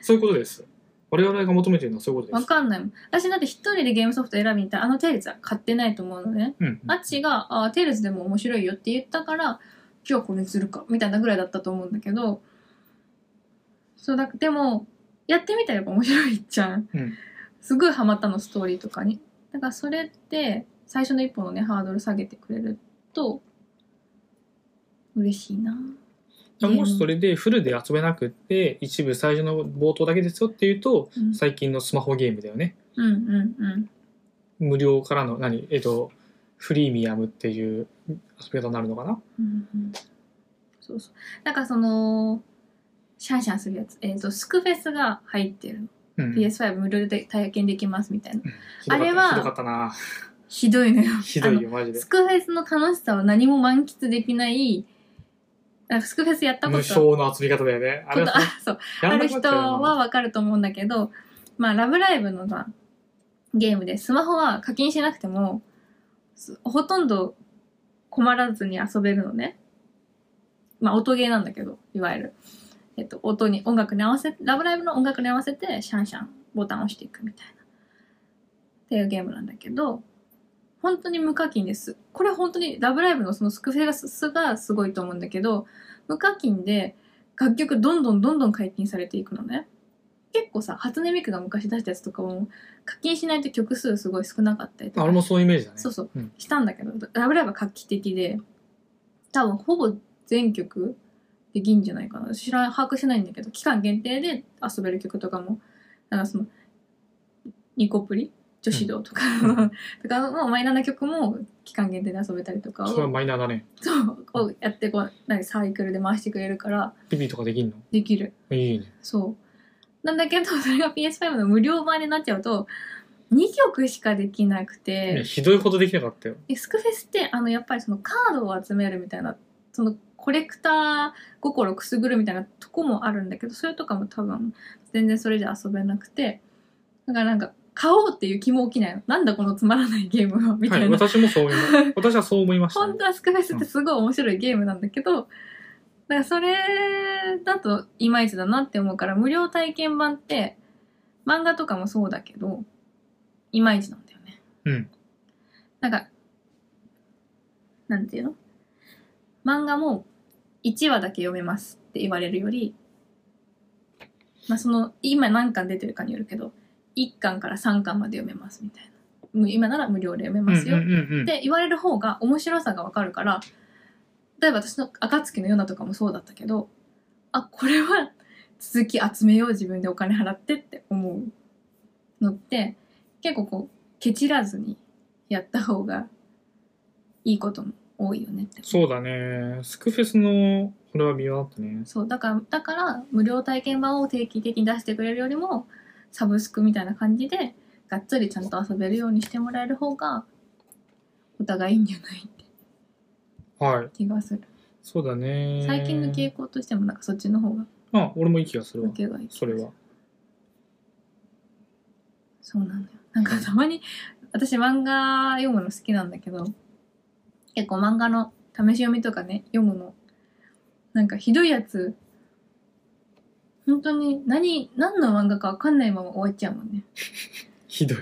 [SPEAKER 1] そういうことです我々が求めてるのはそういうことで
[SPEAKER 2] わ
[SPEAKER 1] す
[SPEAKER 2] かんないもん私だって一人でゲームソフト選びに行ったらあのテイルズは買ってないと思うのね
[SPEAKER 1] うん
[SPEAKER 2] アッチが「あテイルズでも面白いよ」って言ったから今日これするかみたいなぐらいだったと思うんだけどそうだでもやってみたらやっぱ面白いじゃん、
[SPEAKER 1] うん
[SPEAKER 2] すごいハマったのストーリーとかにだからそれって最初の一歩のねハードル下げてくれると嬉しいな
[SPEAKER 1] だからもしそれでフルで遊べなくって一部最初の冒頭だけですよっていうと
[SPEAKER 2] うん
[SPEAKER 1] 最近のスマホゲームだよね
[SPEAKER 2] うんうんうん
[SPEAKER 1] 無料からの何えっとフリーミアムっていう遊び方になるのかな
[SPEAKER 2] うんうんそうそうなんかそのシャンシャンするやつ、えっとスクフェスが入ってるの
[SPEAKER 1] うん
[SPEAKER 2] PS5 無料で体験できますみたいな
[SPEAKER 1] ひどかった
[SPEAKER 2] あれは
[SPEAKER 1] ひどかったな
[SPEAKER 2] ひどいのよ。
[SPEAKER 1] ひどいよマジ
[SPEAKER 2] あの
[SPEAKER 1] で
[SPEAKER 2] スクフェスの楽しさを何も満喫できない、あスクフェスやったこ
[SPEAKER 1] 無
[SPEAKER 2] とあ
[SPEAKER 1] 償の集め方だよね。あれは
[SPEAKER 2] あそうある人は
[SPEAKER 1] は
[SPEAKER 2] わかると思うんだけど、まあ、ラブライブのさ、ゲームでスマホは課金しなくても、すほとんど困らずに遊べるのね。まあ、音ゲーなんだけど、いわゆる。えっと、音に、音楽に合わせ、ラブライブの音楽に合わせて、シャンシャンボタンを押していくみたいな。っていうゲームなんだけど、本当に無課金です。これ本当にラブライブのそのスクフェスがすごいと思うんだけど、無課金で楽曲どんどんどんどん解禁されていくのね。結構さ、初音ミクが昔出したやつとかも、課金しないと曲数すごい少なかったりと
[SPEAKER 1] あ
[SPEAKER 2] か
[SPEAKER 1] 俺もそういうイメージだね。
[SPEAKER 2] そうそう、
[SPEAKER 1] うん
[SPEAKER 2] したんだけど「ラブライブ!」は画期的で多分ほぼ全曲できんじゃないかな知らん把握してないんだけど期間限定で遊べる曲とかもなんかそのニコプリ女子道とか、
[SPEAKER 1] う
[SPEAKER 2] とかのマイナーな曲も期間限定で遊べたりとか
[SPEAKER 1] それは
[SPEAKER 2] を
[SPEAKER 1] マイナーだね。
[SPEAKER 2] そうこうやってこうなんかサイクルで回してくれるから
[SPEAKER 1] ピピとかできん
[SPEAKER 2] できる
[SPEAKER 1] のいいね。
[SPEAKER 2] そう。なんだけど、それが PS5 の無料版になっちゃうと、2曲しかできなく
[SPEAKER 1] いや
[SPEAKER 2] て、
[SPEAKER 1] ひどいほどできなかったよ。
[SPEAKER 2] でスクフェスって、あの、やっぱりそのカードを集めるみたいな、そのコレクター心くすぐるみたいなとこもあるんだけど、それとかも多分、全然それじゃ遊べなくて、だからなんか、買おうっていう気も起きないの。なんだこのつまらないゲームは、みた
[SPEAKER 1] はいい、
[SPEAKER 2] な。
[SPEAKER 1] 私もそう思い ます。私はそう思いましたね、
[SPEAKER 2] 本当はスクフェスってすごい面白いゲームなんだけど、だからそれだといまいちだなって思うから無料体験版って漫画とかもそうだけどいまいちなんだよね
[SPEAKER 1] うん
[SPEAKER 2] なんかなんていうの漫画も1話だけ読めますって言われるよりまあその今何巻出てるかによるけど1巻から3巻まで読めますみたいなむ今なら無料で読めますよ
[SPEAKER 1] うんうんうんうん
[SPEAKER 2] って言われる方が面白さがわかるから例えば私の「暁のような」とかもそうだったけどあこれは続き集めよう自分でお金払ってって思うのって結構こうケチらずにやった方がいいことも多いよねって
[SPEAKER 1] そうだね。スクフェスの、これは微妙だったね。
[SPEAKER 2] そうだからだから無料体験版を定期的に出してくれるよりもサブスクみたいな感じでがっつりちゃんと遊べるようにしてもらえる方がお互いいいんじゃないって
[SPEAKER 1] はい。
[SPEAKER 2] 気がする。
[SPEAKER 1] そうだね。
[SPEAKER 2] 最近の傾向としてもなんかそっちの方が
[SPEAKER 1] あ、俺もいい気がするわ
[SPEAKER 2] 受。けがいい
[SPEAKER 1] それ は。
[SPEAKER 2] そうなんだよなんかたまに私漫画読むの好きなんだけど結構漫画の試し読みとかね読むのなんかひどいやつ本当に何何の漫画か分かんないまま終わっちゃうもんね
[SPEAKER 1] ひどい。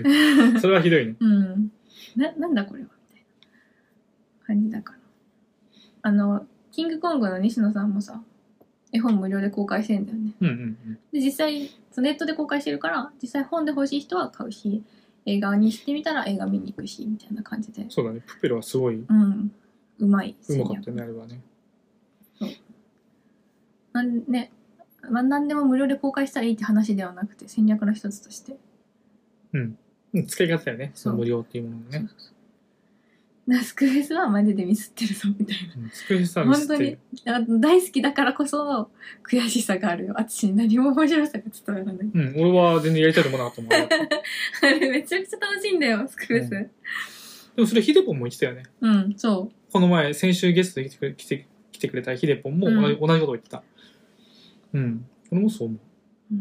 [SPEAKER 1] それはひどいね。
[SPEAKER 2] うんななんだこれはみたいな感じだからあのキングコングの西野さんもさ絵本無料で公開してんだよね。
[SPEAKER 1] うんうん
[SPEAKER 2] で実際そうネットで公開してるから実際本で欲しい人は買うし映画にしてみたら映画見に行くしみたいな感じで
[SPEAKER 1] そうだねプペルはすごい
[SPEAKER 2] うんうまいう戦
[SPEAKER 1] まかった
[SPEAKER 2] 略
[SPEAKER 1] ねあれはね
[SPEAKER 2] なんねまあ、何でも無料で公開したらいいって話ではなくて戦略の一つとして
[SPEAKER 1] うん使い方だよねその
[SPEAKER 2] そう
[SPEAKER 1] 無料っていうもののね
[SPEAKER 2] なスクフェスはマジでミスってるぞみたい
[SPEAKER 1] うん机にさ
[SPEAKER 2] 本
[SPEAKER 1] ス
[SPEAKER 2] 当
[SPEAKER 1] って
[SPEAKER 2] にな あ大好きだからこそ悔しさがあるよ私に何も面白さが伝わらない
[SPEAKER 1] うん俺は全然やりたいと思わなかったもん あれ
[SPEAKER 2] あれ めちゃくちゃ楽しいんだよスクフェス
[SPEAKER 1] でもそれヒデポンも言ってたよね
[SPEAKER 2] うん、そう
[SPEAKER 1] この前先週ゲストで来てくれ来て来てくれたヒデポンも同じ,、同じことを言ってたうん俺もそう思う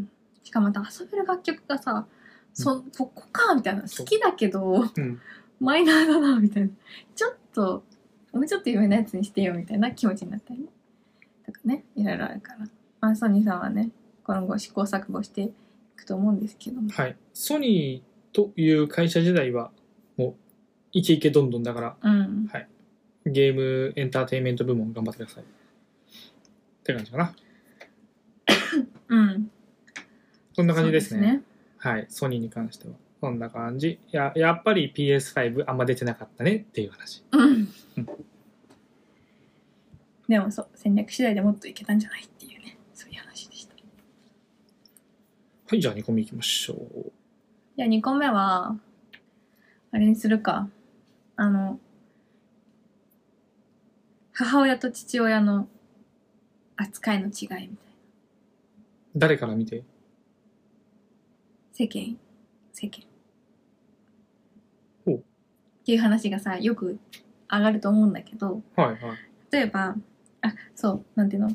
[SPEAKER 2] しかもまた遊べる楽曲がさそここかみたいな
[SPEAKER 1] そ
[SPEAKER 2] 好
[SPEAKER 1] う
[SPEAKER 2] きだけど
[SPEAKER 1] うん
[SPEAKER 2] マイナーだなみたいなちょっともうちょっと有名なやつにしてよみたいな気持ちになったりねとかねいろいろあるからまあソニーさんはね今後試行錯誤していくと思うんですけども
[SPEAKER 1] はいソニーという会社時代はもうイケイケどんどんだから
[SPEAKER 2] うん
[SPEAKER 1] ゲームエンターテインメント部門頑張ってくださいって感じかな
[SPEAKER 2] うん
[SPEAKER 1] そんな
[SPEAKER 2] そ
[SPEAKER 1] 感
[SPEAKER 2] う
[SPEAKER 1] じですねはいソニーに関してはそんな感じいややっぱり PS5 あんま出てなかったねっていう話
[SPEAKER 2] うん
[SPEAKER 1] うん
[SPEAKER 2] でもそう戦略次第でもっといけたんじゃないっていうねそういう話でした
[SPEAKER 1] はいじゃあ2個目いきましょう
[SPEAKER 2] じゃあ2個目はあれにするかあの母親と父親の扱いの違いみたいな
[SPEAKER 1] 誰から見て
[SPEAKER 2] 世間世間
[SPEAKER 1] ほう
[SPEAKER 2] っていう話がさよく上がると思うんだけど
[SPEAKER 1] はいはい
[SPEAKER 2] 例えばあそうなんていうの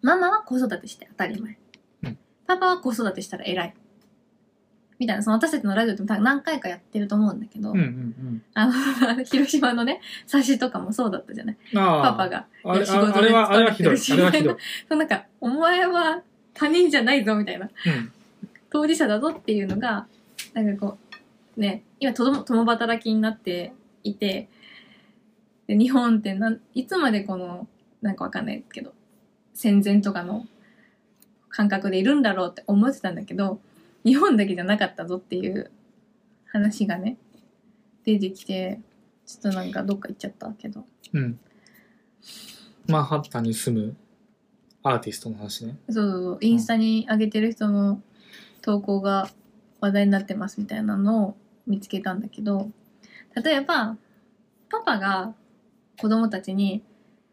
[SPEAKER 2] ママは子育てして当たり前、
[SPEAKER 1] うん
[SPEAKER 2] パパは子育てしたら偉いみたいなその私たちのラジオでも多分何回かやってると思うんだけど、
[SPEAKER 1] うんうん
[SPEAKER 2] あの 広島のね冊子とかもそうだったじゃない
[SPEAKER 1] うんああ
[SPEAKER 2] パパが
[SPEAKER 1] あれ
[SPEAKER 2] 仕事で
[SPEAKER 1] あれはあれはひどいあ
[SPEAKER 2] 疲
[SPEAKER 1] れ
[SPEAKER 2] れ
[SPEAKER 1] は
[SPEAKER 2] て
[SPEAKER 1] ひ
[SPEAKER 2] る
[SPEAKER 1] どい、
[SPEAKER 2] しそうなんかお前は他人じゃないぞみたいな
[SPEAKER 1] うん
[SPEAKER 2] 当事者だぞっていうのがなんかこうね今とども共働きになっていてで日本ってなんいつまでこのなんかわかんないけど戦前とかの感覚でいるんだろうって思ってたんだけど日本だけじゃなかったぞっていう話がね出てきてちょっとなんかどっか行っちゃったけど
[SPEAKER 1] うん。マンハッタンに住むアーティストの話ね。
[SPEAKER 2] そうそうそうインスタに上げてる人の投稿が話題になってますみたいなのを見つけたんだけど例えばパパが子供たちに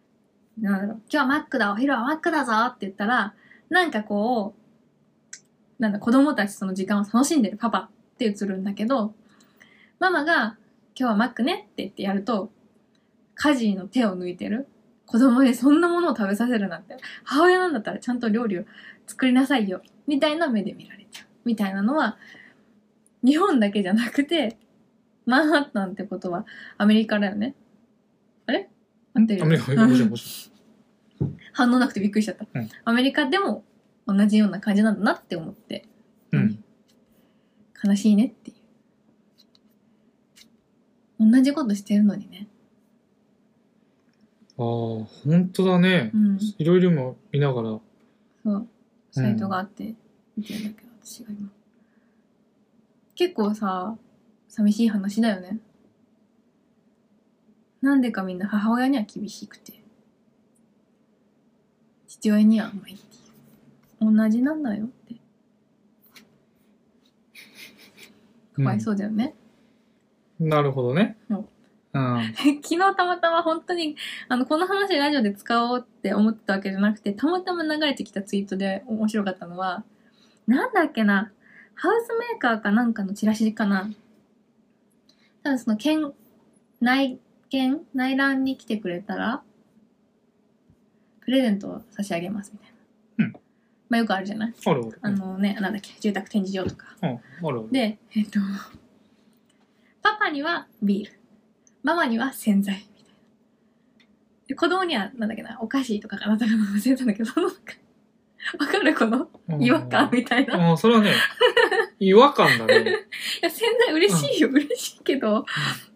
[SPEAKER 2] 「なんだろう今日はマックだお昼はマックだぞ」って言ったらなんかこうなんだ子供たちその時間を楽しんでるパパって映るんだけどママが「今日はマックね」って言ってやると家事の手を抜いてる子供にそんなものを食べさせるなんて母親なんだったらちゃんと料理を作りなさいよみたいな目で見られちゃうみたいなのは日本だけじゃなくてマンハッタンってことはアメリカだよねあれ合ってる
[SPEAKER 1] ア
[SPEAKER 2] よ
[SPEAKER 1] メ
[SPEAKER 2] ね
[SPEAKER 1] リカ、もちろん、もち
[SPEAKER 2] 反応なくてびっくりしちゃった、
[SPEAKER 1] うん
[SPEAKER 2] アメリカでも同じような感じなんだなって思って、
[SPEAKER 1] ろん。うん。
[SPEAKER 2] 悲しいねっていう同じことしてるのにね
[SPEAKER 1] ああ、本当だね
[SPEAKER 2] う。ん
[SPEAKER 1] いろいろ今見ながら、
[SPEAKER 2] そうサイトがあって見てるんだけど、私が今結構さ寂しい話だよねなんでかみんな母親には厳しくて父親には甘いっていう同じなんだよってかわいそうだよね、
[SPEAKER 1] なるほどね。
[SPEAKER 2] うん
[SPEAKER 1] うん。
[SPEAKER 2] 昨日たまたま本当にあのこの話ラジオで使おうって思ってたわけじゃなくてたまたま流れてきたツイートで面白かったのはなんだっけなハウスメーカーかなんかのチラシかな多分その県内県内覧に来てくれたらプレゼントを差し上げますみたいな、
[SPEAKER 1] うん
[SPEAKER 2] まあよくあるじゃない
[SPEAKER 1] あるあ
[SPEAKER 2] あ
[SPEAKER 1] る。
[SPEAKER 2] のねなんだっけ住宅展示場とか
[SPEAKER 1] うん、あるある。
[SPEAKER 2] で、えっと、パパにはビール、ママには洗剤みたいな。で子供には、なんだっけな、お菓子とかかなとかの忘れたんだけど、そのなんか、わかるこの
[SPEAKER 1] うん
[SPEAKER 2] 違和感みたいな。い
[SPEAKER 1] ああ、それはね、違和感だね。
[SPEAKER 2] や、洗剤嬉しいよ、嬉しいけど、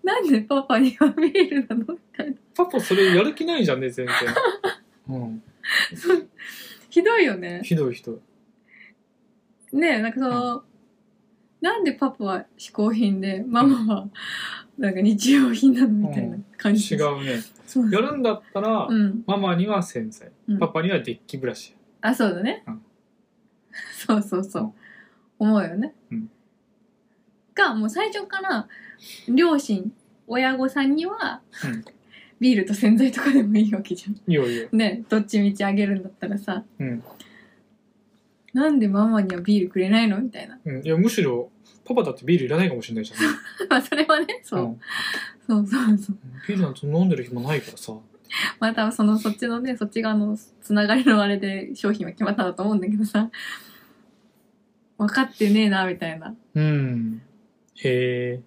[SPEAKER 2] なんでパパにはビールなのみたいな。
[SPEAKER 1] パパそれやる気ないじゃんね、全然。うん。
[SPEAKER 2] ひどいよね。
[SPEAKER 1] ひどいひどい。
[SPEAKER 2] ねえ、なんかその、なんでパパは嗜好品で、ママは、なんか日用品なのみたいな感じ。
[SPEAKER 1] 違。うね。
[SPEAKER 2] そう
[SPEAKER 1] やるんだったら、
[SPEAKER 2] うん。
[SPEAKER 1] ママには洗剤、
[SPEAKER 2] うん
[SPEAKER 1] パパにはデッキブラシ。
[SPEAKER 2] あ、そうだね。
[SPEAKER 1] うん
[SPEAKER 2] そうそうそう。思うよね。
[SPEAKER 1] うん
[SPEAKER 2] が、もう最初から、両親、親御さんには、
[SPEAKER 1] うん
[SPEAKER 2] ビールと洗剤とかでもいいわけじゃ
[SPEAKER 1] いいよいいよ。
[SPEAKER 2] ん。ねえどっちみちあげるんだったらさ、
[SPEAKER 1] うん。
[SPEAKER 2] なんでママにはビールくれないのみたいな。
[SPEAKER 1] うん、いや、むしろ、パパだってビールいらないかもしれないじゃん。
[SPEAKER 2] まあ、それはね、 そうう。
[SPEAKER 1] ん
[SPEAKER 2] そうそうそう。
[SPEAKER 1] ビールなんて飲んでる暇ないからさ。
[SPEAKER 2] まあ多分そのそっちのねそっち側のつながりのあれで商品は決まったんだと思うんだけどさ分かってねえなみたいな
[SPEAKER 1] うん。へえ。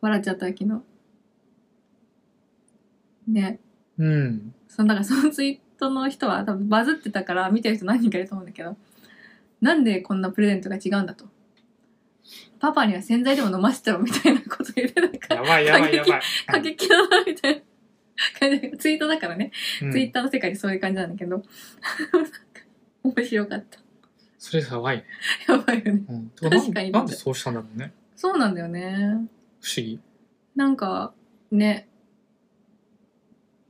[SPEAKER 2] 笑っちゃった昨日ね
[SPEAKER 1] うん。
[SPEAKER 2] そのだからそのツイートの人は多分バズってたから見てる人何人かいると思うんだけどなんでこんなプレゼントが違うんだとパパには洗剤でも飲ませてろみたいなこと言ってたか
[SPEAKER 1] やばいやばいや ばい。
[SPEAKER 2] ら過激だなみたいな感じ ツイートだからね、
[SPEAKER 1] うん
[SPEAKER 2] ツイッターの世界でそういう感じなんだけど 面白かった
[SPEAKER 1] それやばいね。
[SPEAKER 2] やばいよね。
[SPEAKER 1] うん、
[SPEAKER 2] 確かに
[SPEAKER 1] なんなんでそうしたんだろうね。
[SPEAKER 2] そうなんだよね。
[SPEAKER 1] 不思議。
[SPEAKER 2] なんか、ね。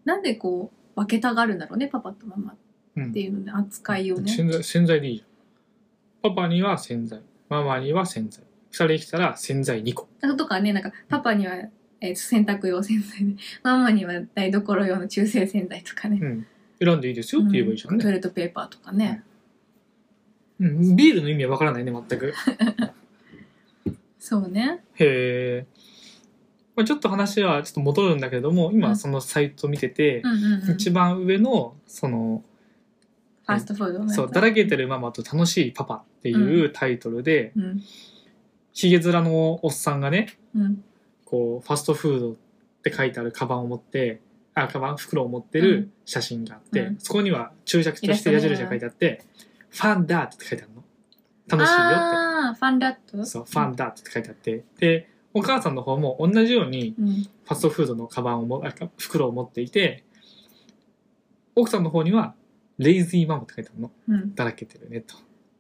[SPEAKER 2] なんでこう、分けたがるんだろうね、パパとママっ
[SPEAKER 1] うん
[SPEAKER 2] て。いうのね、扱いをね。
[SPEAKER 1] 洗剤洗剤でいいじゃん。パパには洗剤、ママには洗剤。二人来たら洗剤2個。
[SPEAKER 2] とかね、なんか、パパには、えー洗濯用洗剤で、 ママには台所用の中性洗剤とかね。
[SPEAKER 1] うん。選んでいいですよって言えばいいじゃん
[SPEAKER 2] トイ
[SPEAKER 1] ね。
[SPEAKER 2] レットペーパーとかね。
[SPEAKER 1] うん。ビールの意味はわからないね、全く。
[SPEAKER 2] そうね。
[SPEAKER 1] へえ。まあちょっと話はちょっと戻るんだけども、
[SPEAKER 2] う
[SPEAKER 1] 今
[SPEAKER 2] ん
[SPEAKER 1] そのサイト見てて
[SPEAKER 2] う、んうん、うん。フ
[SPEAKER 1] 一
[SPEAKER 2] ァ
[SPEAKER 1] 番上の、その、
[SPEAKER 2] ーストフードのやつ
[SPEAKER 1] そう、だらけてるママと楽しいパパっていうタイトルで、
[SPEAKER 2] うん。
[SPEAKER 1] ヒゲ面のおっさんがね、
[SPEAKER 2] うん。
[SPEAKER 1] こう、ファストフードって書いてあるカバンを持って、あ、カバン、袋を持ってる写真があって、
[SPEAKER 2] うん
[SPEAKER 1] そこには注釈として矢印が書いてあって、ファンダーって書いてあるの。楽しいよっ
[SPEAKER 2] ああ、ファンラット
[SPEAKER 1] て。そう、ファンダーって書いてあって。で、お母さんの方も同じように
[SPEAKER 2] うん。うん。
[SPEAKER 1] ファストフードのカバンをも、あか袋を持っていて、奥さんの方には、レイズイマムって書いてあるの。
[SPEAKER 2] うん。
[SPEAKER 1] だらけてるね、と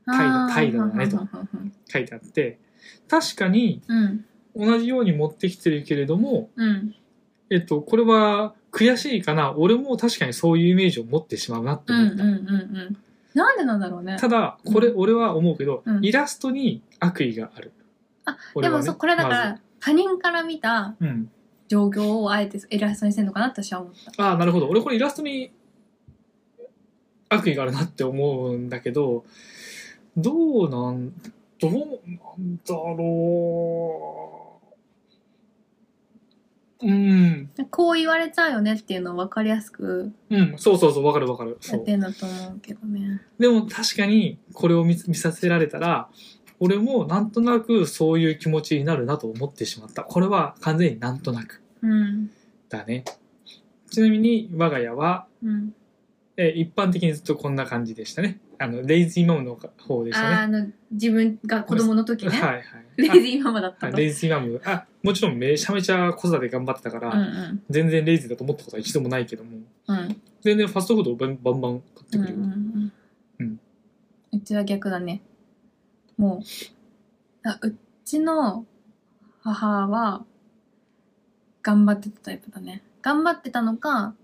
[SPEAKER 1] 態度態度だねと
[SPEAKER 2] うんうんうん
[SPEAKER 1] 書いてあって、確かに
[SPEAKER 2] うん。
[SPEAKER 1] 同じように持ってきてるけれども、
[SPEAKER 2] うん。
[SPEAKER 1] えっと、これは悔しいかな。俺も確かにそういうイメージを持ってしまうなって
[SPEAKER 2] うん
[SPEAKER 1] 思
[SPEAKER 2] う
[SPEAKER 1] っ
[SPEAKER 2] ん
[SPEAKER 1] た。
[SPEAKER 2] うんうん。なんでなんだろうね。
[SPEAKER 1] ただ、これ
[SPEAKER 2] う
[SPEAKER 1] 俺は思うけど、
[SPEAKER 2] うん
[SPEAKER 1] イラストに悪意がある。
[SPEAKER 2] あ
[SPEAKER 1] 俺
[SPEAKER 2] で
[SPEAKER 1] は
[SPEAKER 2] も
[SPEAKER 1] ね
[SPEAKER 2] そうこれはだから、
[SPEAKER 1] ま
[SPEAKER 2] 他人から見た
[SPEAKER 1] ずうん。
[SPEAKER 2] 状況をあえてイラストにしてるのかなって私は思った。
[SPEAKER 1] ああ、なるほど。俺これイラストに悪意があるなって思うんだけど、どうなん、どうなんだろう。うん。
[SPEAKER 2] こう言われちゃうよねっていうのを分かりやすく
[SPEAKER 1] うん。そうそうそう。わかるわかる。そ
[SPEAKER 2] やっ
[SPEAKER 1] う。
[SPEAKER 2] てんだと思うけどね。
[SPEAKER 1] でも確かにこれを見見させられたら俺もなんとなくそういう気持ちになるなと思ってしまったこれは完全になんとなく
[SPEAKER 2] うん。
[SPEAKER 1] だねちなみに我が家は、
[SPEAKER 2] うん、
[SPEAKER 1] えー一般的にずっとこんな感じでしたねあのレイズイマムの方でし
[SPEAKER 2] あ
[SPEAKER 1] た
[SPEAKER 2] ーあ
[SPEAKER 1] ね
[SPEAKER 2] の自分が子供の時ね、
[SPEAKER 1] はいはい
[SPEAKER 2] レイジーママだっ
[SPEAKER 1] あ
[SPEAKER 2] た
[SPEAKER 1] はい
[SPEAKER 2] の。
[SPEAKER 1] レイズイマムあもちろんめちゃめちゃ子育て頑張ってたから、
[SPEAKER 2] うんうん
[SPEAKER 1] 全然レイズだと思ったことは一度もないけども
[SPEAKER 2] うん
[SPEAKER 1] 全然ファストフードをバンバンバン買って
[SPEAKER 2] うん
[SPEAKER 1] く
[SPEAKER 2] う
[SPEAKER 1] るよ、
[SPEAKER 2] ん
[SPEAKER 1] う
[SPEAKER 2] うんん。うちは逆だね。もうあうちの母は頑張ってたタイプだね頑張ってたのか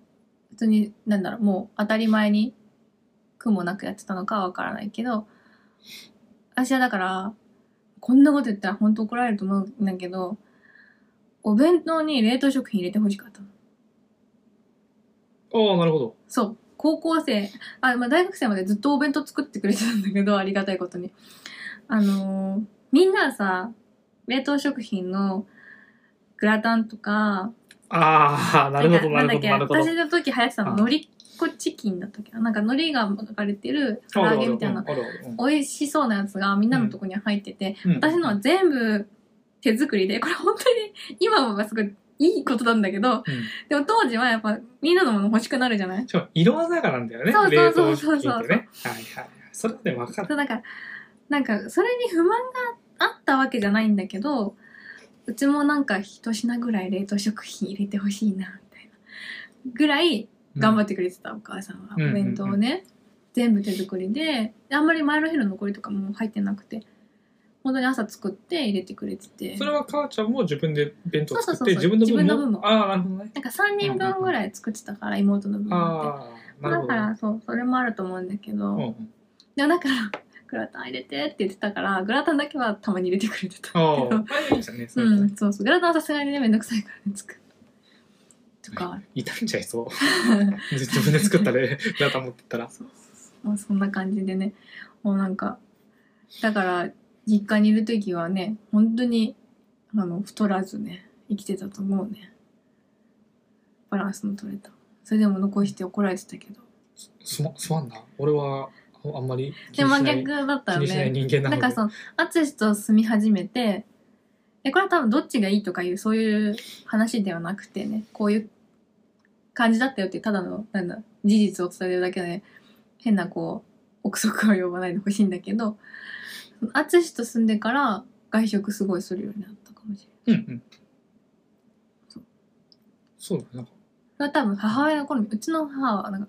[SPEAKER 2] 普通になんだろうもう当たり前に苦もなくやってたのかはわからないけど私はだからこんなこと言ったら本当怒られると思うんだけどお弁当に冷凍食品入れてほしかったの
[SPEAKER 1] ああなるほど
[SPEAKER 2] そう高校生あ、まあ、大学生までずっとお弁当作ってくれてたんだけど ありがたいことにあのーみんなはさ冷凍食品のグラタンとか
[SPEAKER 1] ああなるほどなるほどなるほど
[SPEAKER 2] 私の時流行ってたの、
[SPEAKER 1] うん
[SPEAKER 2] のりっこチキンだったっけななんかのりが巻かれてる唐揚げみたいな、
[SPEAKER 1] あるあるあるうん
[SPEAKER 2] 美味しそうなやつがみんなのとこには入ってて、
[SPEAKER 1] うん
[SPEAKER 2] 私のは全部手作りで、これ本当に今はすごいいいことなんだけど、
[SPEAKER 1] うん
[SPEAKER 2] でも当時はやっぱみんなのもの欲しくなるじゃない
[SPEAKER 1] しかも色鮮やかなんだよね
[SPEAKER 2] そうそ
[SPEAKER 1] 冷
[SPEAKER 2] うそ
[SPEAKER 1] 凍
[SPEAKER 2] うそ
[SPEAKER 1] 食
[SPEAKER 2] うそう
[SPEAKER 1] 品ってねはいはいはいそれで分か
[SPEAKER 2] そ
[SPEAKER 1] る
[SPEAKER 2] うだからなんかそれに不満があったわけじゃないんだけどうちもなんか一品ぐらい冷凍食品入れてほしいなみたいなぐらい頑張ってくれてたお母さんは、
[SPEAKER 1] うん
[SPEAKER 2] お弁当をね、全部手作りでであんまり前の日の残りとかも入ってなくて本当に朝作って入れてくれてて
[SPEAKER 1] それは母ちゃんも自分で弁当作っ
[SPEAKER 2] そう
[SPEAKER 1] て
[SPEAKER 2] そうそう
[SPEAKER 1] 自
[SPEAKER 2] そう
[SPEAKER 1] 分の分も
[SPEAKER 2] 自分の分も
[SPEAKER 1] ああなるほどね
[SPEAKER 2] なんか3人分ぐらい作ってたから、妹の分もあって
[SPEAKER 1] ああなる
[SPEAKER 2] だ
[SPEAKER 1] ほ
[SPEAKER 2] か
[SPEAKER 1] ど
[SPEAKER 2] らそうそれもあると思うんだけど、
[SPEAKER 1] うんうん
[SPEAKER 2] でもだからグラタン入れてって言ってたからグラタンだけはたまに入れてくれてた
[SPEAKER 1] あ あはいいいじゃんねそうれね
[SPEAKER 2] ん、そうそう。グラタンはさすがにね、めんどくさいからね、作る。とか、
[SPEAKER 1] 傷んじゃい そう自分で作ったでグラタン持ってったら
[SPEAKER 2] そうそうそうまあそんな感じでね、もうなんか、だから、実家にいる時はね、本当に、あの、太らずね、生きてたと思うね。バランスの取れた。それでも残して怒られてたけど。
[SPEAKER 1] すまんな俺はああんまり気
[SPEAKER 2] で
[SPEAKER 1] に
[SPEAKER 2] も
[SPEAKER 1] しない
[SPEAKER 2] 逆だった
[SPEAKER 1] 気
[SPEAKER 2] よ
[SPEAKER 1] にしない
[SPEAKER 2] ね。
[SPEAKER 1] 人間なの
[SPEAKER 2] なん
[SPEAKER 1] で
[SPEAKER 2] かその、淳と住み始めて、え、これは多分どっちがいいとかいう、そういう話ではなくてね、こういう感じだったよっていう、ただの、なんだ、事実を伝えるだけで、変なこう、憶測は呼ばないでほしいんだけど、淳と住んでから外食すごいするようになったかもしれない。
[SPEAKER 1] うんうん
[SPEAKER 2] そう
[SPEAKER 1] そうだねなんか
[SPEAKER 2] それは多分母親の好み、うちの母はなんか、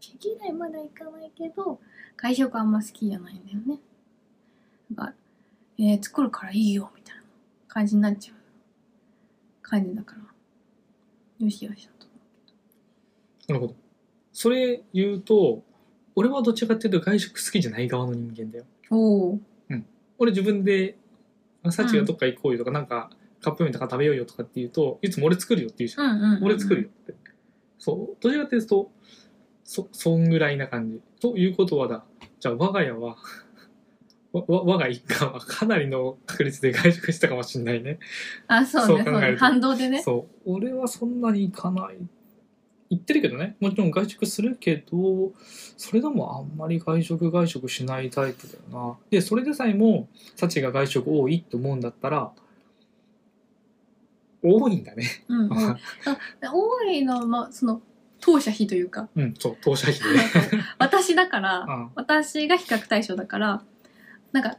[SPEAKER 2] 毛嫌いまだいかないけど、外食あんま好きじゃないんだよね。なんか、えー作るからいいよ、みたいな感じになっちゃう。感じだから。よしよしだと。
[SPEAKER 1] なるほどそれ言うと俺はどっちかっていうと外食好きじゃない側の人間だよ
[SPEAKER 2] おお。
[SPEAKER 1] 俺自分で「サチがどっか行こうよ」とか、なんかカップ麺とか食べようよとかって言うといつも俺作るよって言うじゃ、
[SPEAKER 2] うんんうんうん、
[SPEAKER 1] 俺作るよ。ってそうどちらかというとそそんぐらいな感じということはだじゃあ我が家は わわ我が一家はかなりの確率で外食してたかもしれないね
[SPEAKER 2] あ、そう
[SPEAKER 1] そ
[SPEAKER 2] ね、そうう
[SPEAKER 1] 考えると
[SPEAKER 2] ね。反動でね。
[SPEAKER 1] そう俺はそんなに行かない行ってるけどねもちろん外食するけどそれでもあんまり外食外食しないタイプだよなでそれでさえもサチが外食多いって思うんだったら多いんだね
[SPEAKER 2] うん、うん。あ多いのは、まあ、その、当社費と いうか、
[SPEAKER 1] うんそう当社費 で
[SPEAKER 2] なん
[SPEAKER 1] ね
[SPEAKER 2] か私だから、
[SPEAKER 1] あ
[SPEAKER 2] 私が比較対象だからなんか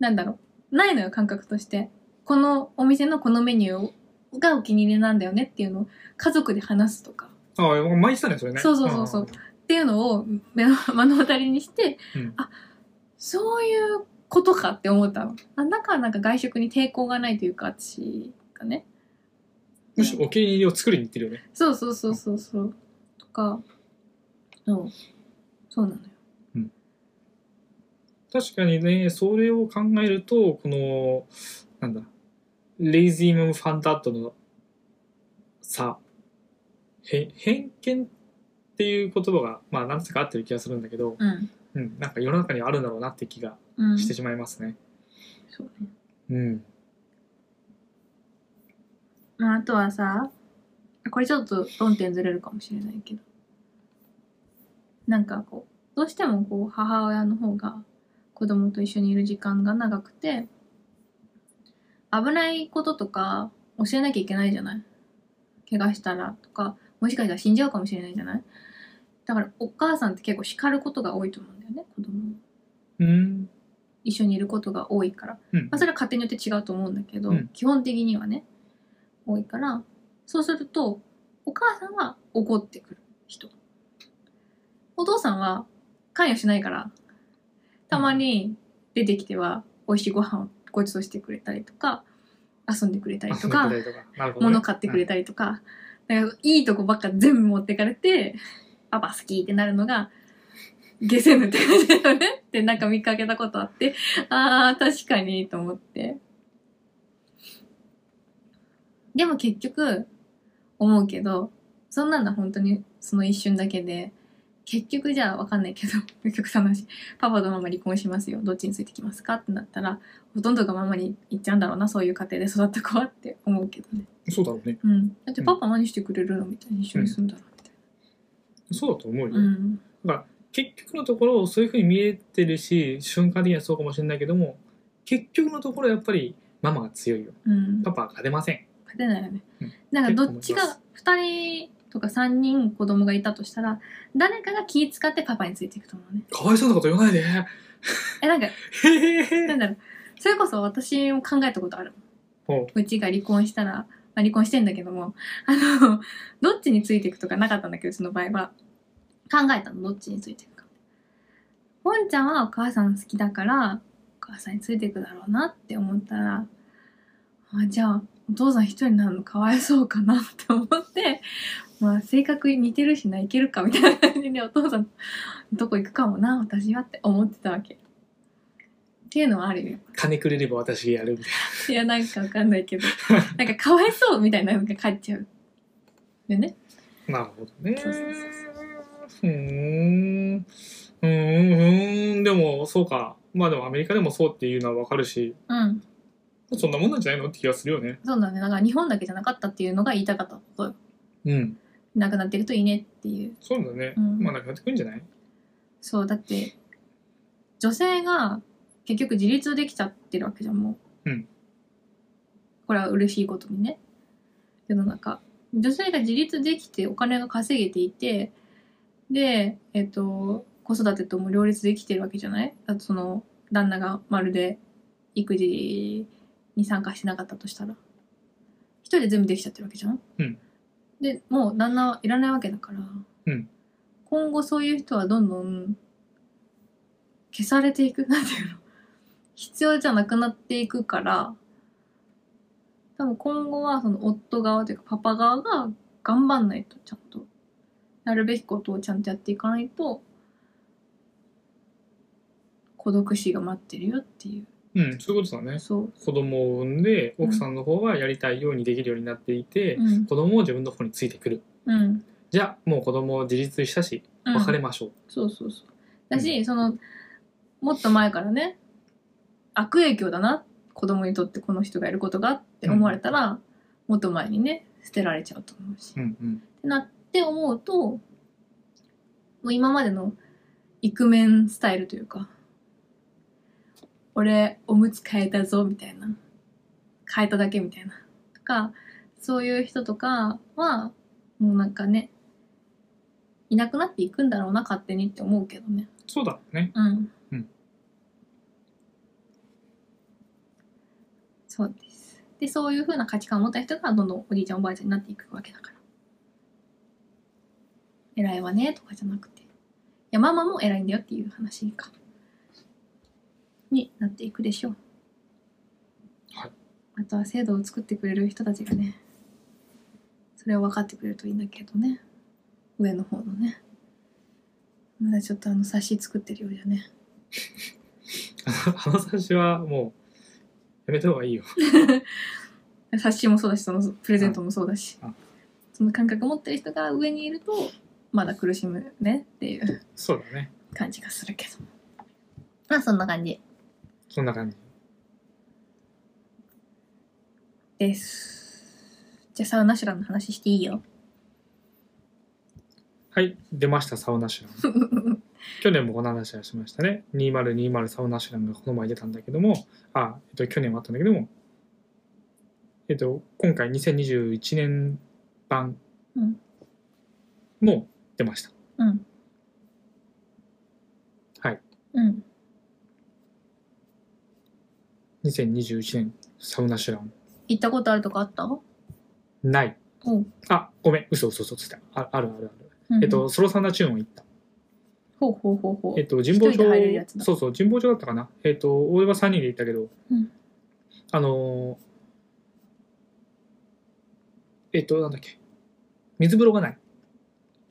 [SPEAKER 2] なんだろうないのよ感覚としてこのお店のこのメニューがお気に入りなんだよねっていうのを家族で話すとか
[SPEAKER 1] あ毎日だねそれね
[SPEAKER 2] そうそうそうそうっていうのを目の 目の当たりにして、
[SPEAKER 1] うん
[SPEAKER 2] あそういうことかって思ったのあだからなんか外食に抵抗がないというか私がね
[SPEAKER 1] むしろお気に入りを作りに行ってるよね
[SPEAKER 2] そうそうそうそうそうとかそうそうなのよ
[SPEAKER 1] 確かにねそれを考えるとこのなんだレイズイムファンダットの差へ偏見っていう言葉がまあ何つか合ってる気がするんだけど、
[SPEAKER 2] うん
[SPEAKER 1] うん、なんか世の中にはあるんだろうなって気が
[SPEAKER 2] うん
[SPEAKER 1] してしまいますね。
[SPEAKER 2] そうね
[SPEAKER 1] うん、
[SPEAKER 2] まあ、あとはさこれちょっと論点ずれるかもしれないけどなんかこうどうしてもこう母親の方が子供と一緒にいる時間が長くて危ないこととか教えなきゃいけないじゃない怪我したらとかもしかしたら死んじゃうかもしれないじゃないだからお母さんって結構叱ることが多いと思うんだよね子供を
[SPEAKER 1] うん
[SPEAKER 2] 一緒にいることが多いから
[SPEAKER 1] うん
[SPEAKER 2] まあ、それは勝手によって違うと思うんだけど、
[SPEAKER 1] うん
[SPEAKER 2] 基本的にはね多いからそうするとお母さんは怒ってくる人お父さんは関与しないからたまに出てきては美味しいご飯をごちそうしてくれたりとか遊んでくれたりとか
[SPEAKER 1] 遊んでくれたりとかなるほどね
[SPEAKER 2] 物買ってくれたりとか,、なんかいいとこばっか全部持ってかれてパパ好きってなるのが下せぬって感じだよねってなんか見かけたことあってああ確かにと思ってでも結局思うけどそんなのは本当にその一瞬だけで結局じゃあわかんないけど極端な話パパとママ離婚しますよどっちについてきますかってなったらほとんどがママに行っちゃうんだろうなそういう家庭で育った子はって思うけどね
[SPEAKER 1] そうだろうね
[SPEAKER 2] うん、だってパパ何してくれるのみたいな一緒に住んだらみたい
[SPEAKER 1] そうだと思うよ、
[SPEAKER 2] な、うん
[SPEAKER 1] 結局のところそういうふうに見えてるし瞬間的にはそうかもしれないけども結局のところやっぱりママが強いよ
[SPEAKER 2] うん、
[SPEAKER 1] パパは勝てません
[SPEAKER 2] 勝てないよね、
[SPEAKER 1] うん
[SPEAKER 2] なんかどっち
[SPEAKER 1] 結構
[SPEAKER 2] が2人とか3人子供がいたとしたら誰かが気使ってパパについていくと思うね
[SPEAKER 1] かわいそうなこと言わないで。
[SPEAKER 2] えなんか
[SPEAKER 1] へへ
[SPEAKER 2] なんだろうそれこそ私も考えたことある
[SPEAKER 1] ほ
[SPEAKER 2] うちが離婚したらあ、離婚してんだけども、あの、どっちについていくとかなかったんだけど、うちの場合は。考えたの、どっちについていくか。ポンちゃんはお母さん好きだから、お母さんについていくだろうなって思ったら、あじゃあ、お父さん一人になるのかわいそうかなって思って、まあ、性格似てるしな、いけるかみたいな感じで、お父さん、どこ行くかもな、私はって思ってたわけ。っていうのはあるよ。
[SPEAKER 1] 金くれれば私やるみたい
[SPEAKER 2] いや、なんかわかんないけど。なんかかわいそうみたいなのが書いちゃう。でね。
[SPEAKER 1] な。なるほどね。
[SPEAKER 2] そうそうそうそ
[SPEAKER 1] ー
[SPEAKER 2] う
[SPEAKER 1] ん。うーん、うーん、でも、そうか。まあでもアメリカでもそうっていうのはわかるし、
[SPEAKER 2] うん。
[SPEAKER 1] そんなもんなんじゃないのって気がするよね。
[SPEAKER 2] そうだね。だから日本だけじゃなかったっていうのが言いたかったことよ。
[SPEAKER 1] うん。
[SPEAKER 2] なくなってるといいねっていう。
[SPEAKER 1] そうだね。
[SPEAKER 2] うん
[SPEAKER 1] まあなくなってくるんじゃない
[SPEAKER 2] そう、だって、女性が結局自立できちゃってるわけじゃん、もう。
[SPEAKER 1] うん。
[SPEAKER 2] これは嬉しいことにね。世の中。女性が自立できてお金が稼げていて、で、えっと、子育てとも両立できてるわけじゃないあとその、旦那がまるで育児に参加してなかったとしたら。一人で全部できちゃってるわけじゃん、
[SPEAKER 1] うん
[SPEAKER 2] で、もう旦那はいらないわけだから、
[SPEAKER 1] うん
[SPEAKER 2] 今後そういう人はどんどん消されていく。なんていうの 必要じゃなくなっていくから、多分今後はその夫側というかパパ側が頑張んないとちゃんとやるべきことをちゃんとやっていかないと孤独死が待ってるよってい
[SPEAKER 1] うん、そういうことだね
[SPEAKER 2] う。そう、
[SPEAKER 1] 子供を産んで、
[SPEAKER 2] うん
[SPEAKER 1] 奥さんの方がやりたいようにできるようになっていて、
[SPEAKER 2] うん
[SPEAKER 1] 子供を自分の方についてくる。
[SPEAKER 2] うん
[SPEAKER 1] じゃあ、もう子供を自立したし、
[SPEAKER 2] うん、
[SPEAKER 1] 別れましょう。
[SPEAKER 2] そうそうそうだし、そのもっと前からね悪影響だな子供にとってこの人がいることがって思われたら、もっと前にね捨てられちゃうと思うし、
[SPEAKER 1] うん、うん、
[SPEAKER 2] ってなって思うともう今までのイクメンスタイルというか俺おむつ変えたぞみたいな変えただけみたいなとかそういう人とかはもうなんかねいなくなっていくんだろうな勝手にって思うけどね
[SPEAKER 1] そうだね。
[SPEAKER 2] うん、
[SPEAKER 1] うん
[SPEAKER 2] そうですでそういうふうな価値観を持った人がどんどんおじいちゃんおばあちゃんになっていくわけだから偉いわねとかじゃなくていやママも偉いんだよっていう話かになっていくでしょう
[SPEAKER 1] はい
[SPEAKER 2] あとは制度を作ってくれる人たちがねそれを分かってくれるといいんだけどね上の方のねまだちょっとあの冊子作ってるようじゃね
[SPEAKER 1] あの冊子はもう、やめた方がいいよ。
[SPEAKER 2] 冊子もそうだしそのプレゼントもそうだし
[SPEAKER 1] うん
[SPEAKER 2] その感覚持ってる人が上にいるとまだ苦しむねっていう
[SPEAKER 1] そうだね。
[SPEAKER 2] 感じがするけどまあそんな感じ
[SPEAKER 1] そんな感じ。
[SPEAKER 2] ですじゃあサウナシュランの話していい よ
[SPEAKER 1] はい、出ました、サウナシュラン。去年もこの話はしましたね。2020サウナシュランがこの前出たんだけども、あ、えっと、去年もあったんだけども、えっと、今回2021年版
[SPEAKER 2] うん
[SPEAKER 1] も出ました。
[SPEAKER 2] うん
[SPEAKER 1] はい
[SPEAKER 2] うん
[SPEAKER 1] 2021年サウナシュラン。
[SPEAKER 2] 行ったことあるとかあった
[SPEAKER 1] ない。
[SPEAKER 2] おう
[SPEAKER 1] あ、ごめん、嘘嘘嘘嘘つった。ああるあるある。
[SPEAKER 2] うん
[SPEAKER 1] えっと、ソロサウナチューンを行った。
[SPEAKER 2] ほうほうほうほう
[SPEAKER 1] えっと、神保
[SPEAKER 2] 一
[SPEAKER 1] 町
[SPEAKER 2] 人で入れるやつだ
[SPEAKER 1] そうそう神保町だったかなえっと俺は3人で行ったけど、
[SPEAKER 2] うん
[SPEAKER 1] あのーえっとなんだっけ水風呂がない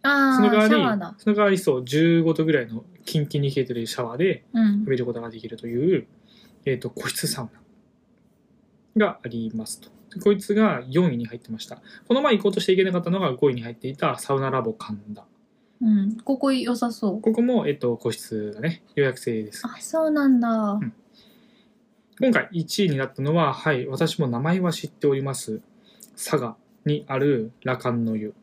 [SPEAKER 2] あ
[SPEAKER 1] その代
[SPEAKER 2] あ
[SPEAKER 1] わ
[SPEAKER 2] シ
[SPEAKER 1] り
[SPEAKER 2] ャワーだ
[SPEAKER 1] その代わりそう15度ぐらいのキンキンに冷えてるシャワーで
[SPEAKER 2] うん
[SPEAKER 1] 浴びることができるという、えっと個室サウナがありますとでこいつが4位に入ってましたこの前行こうとしていけなかったのが5位に入っていたサウナラボ神田
[SPEAKER 2] うんここ良さそう
[SPEAKER 1] ここも、えっと個室がね予約制です
[SPEAKER 2] あそうなんだ、
[SPEAKER 1] ん今回1位になったのは、はい、私も名前は知っております。佐賀にある羅漢の湯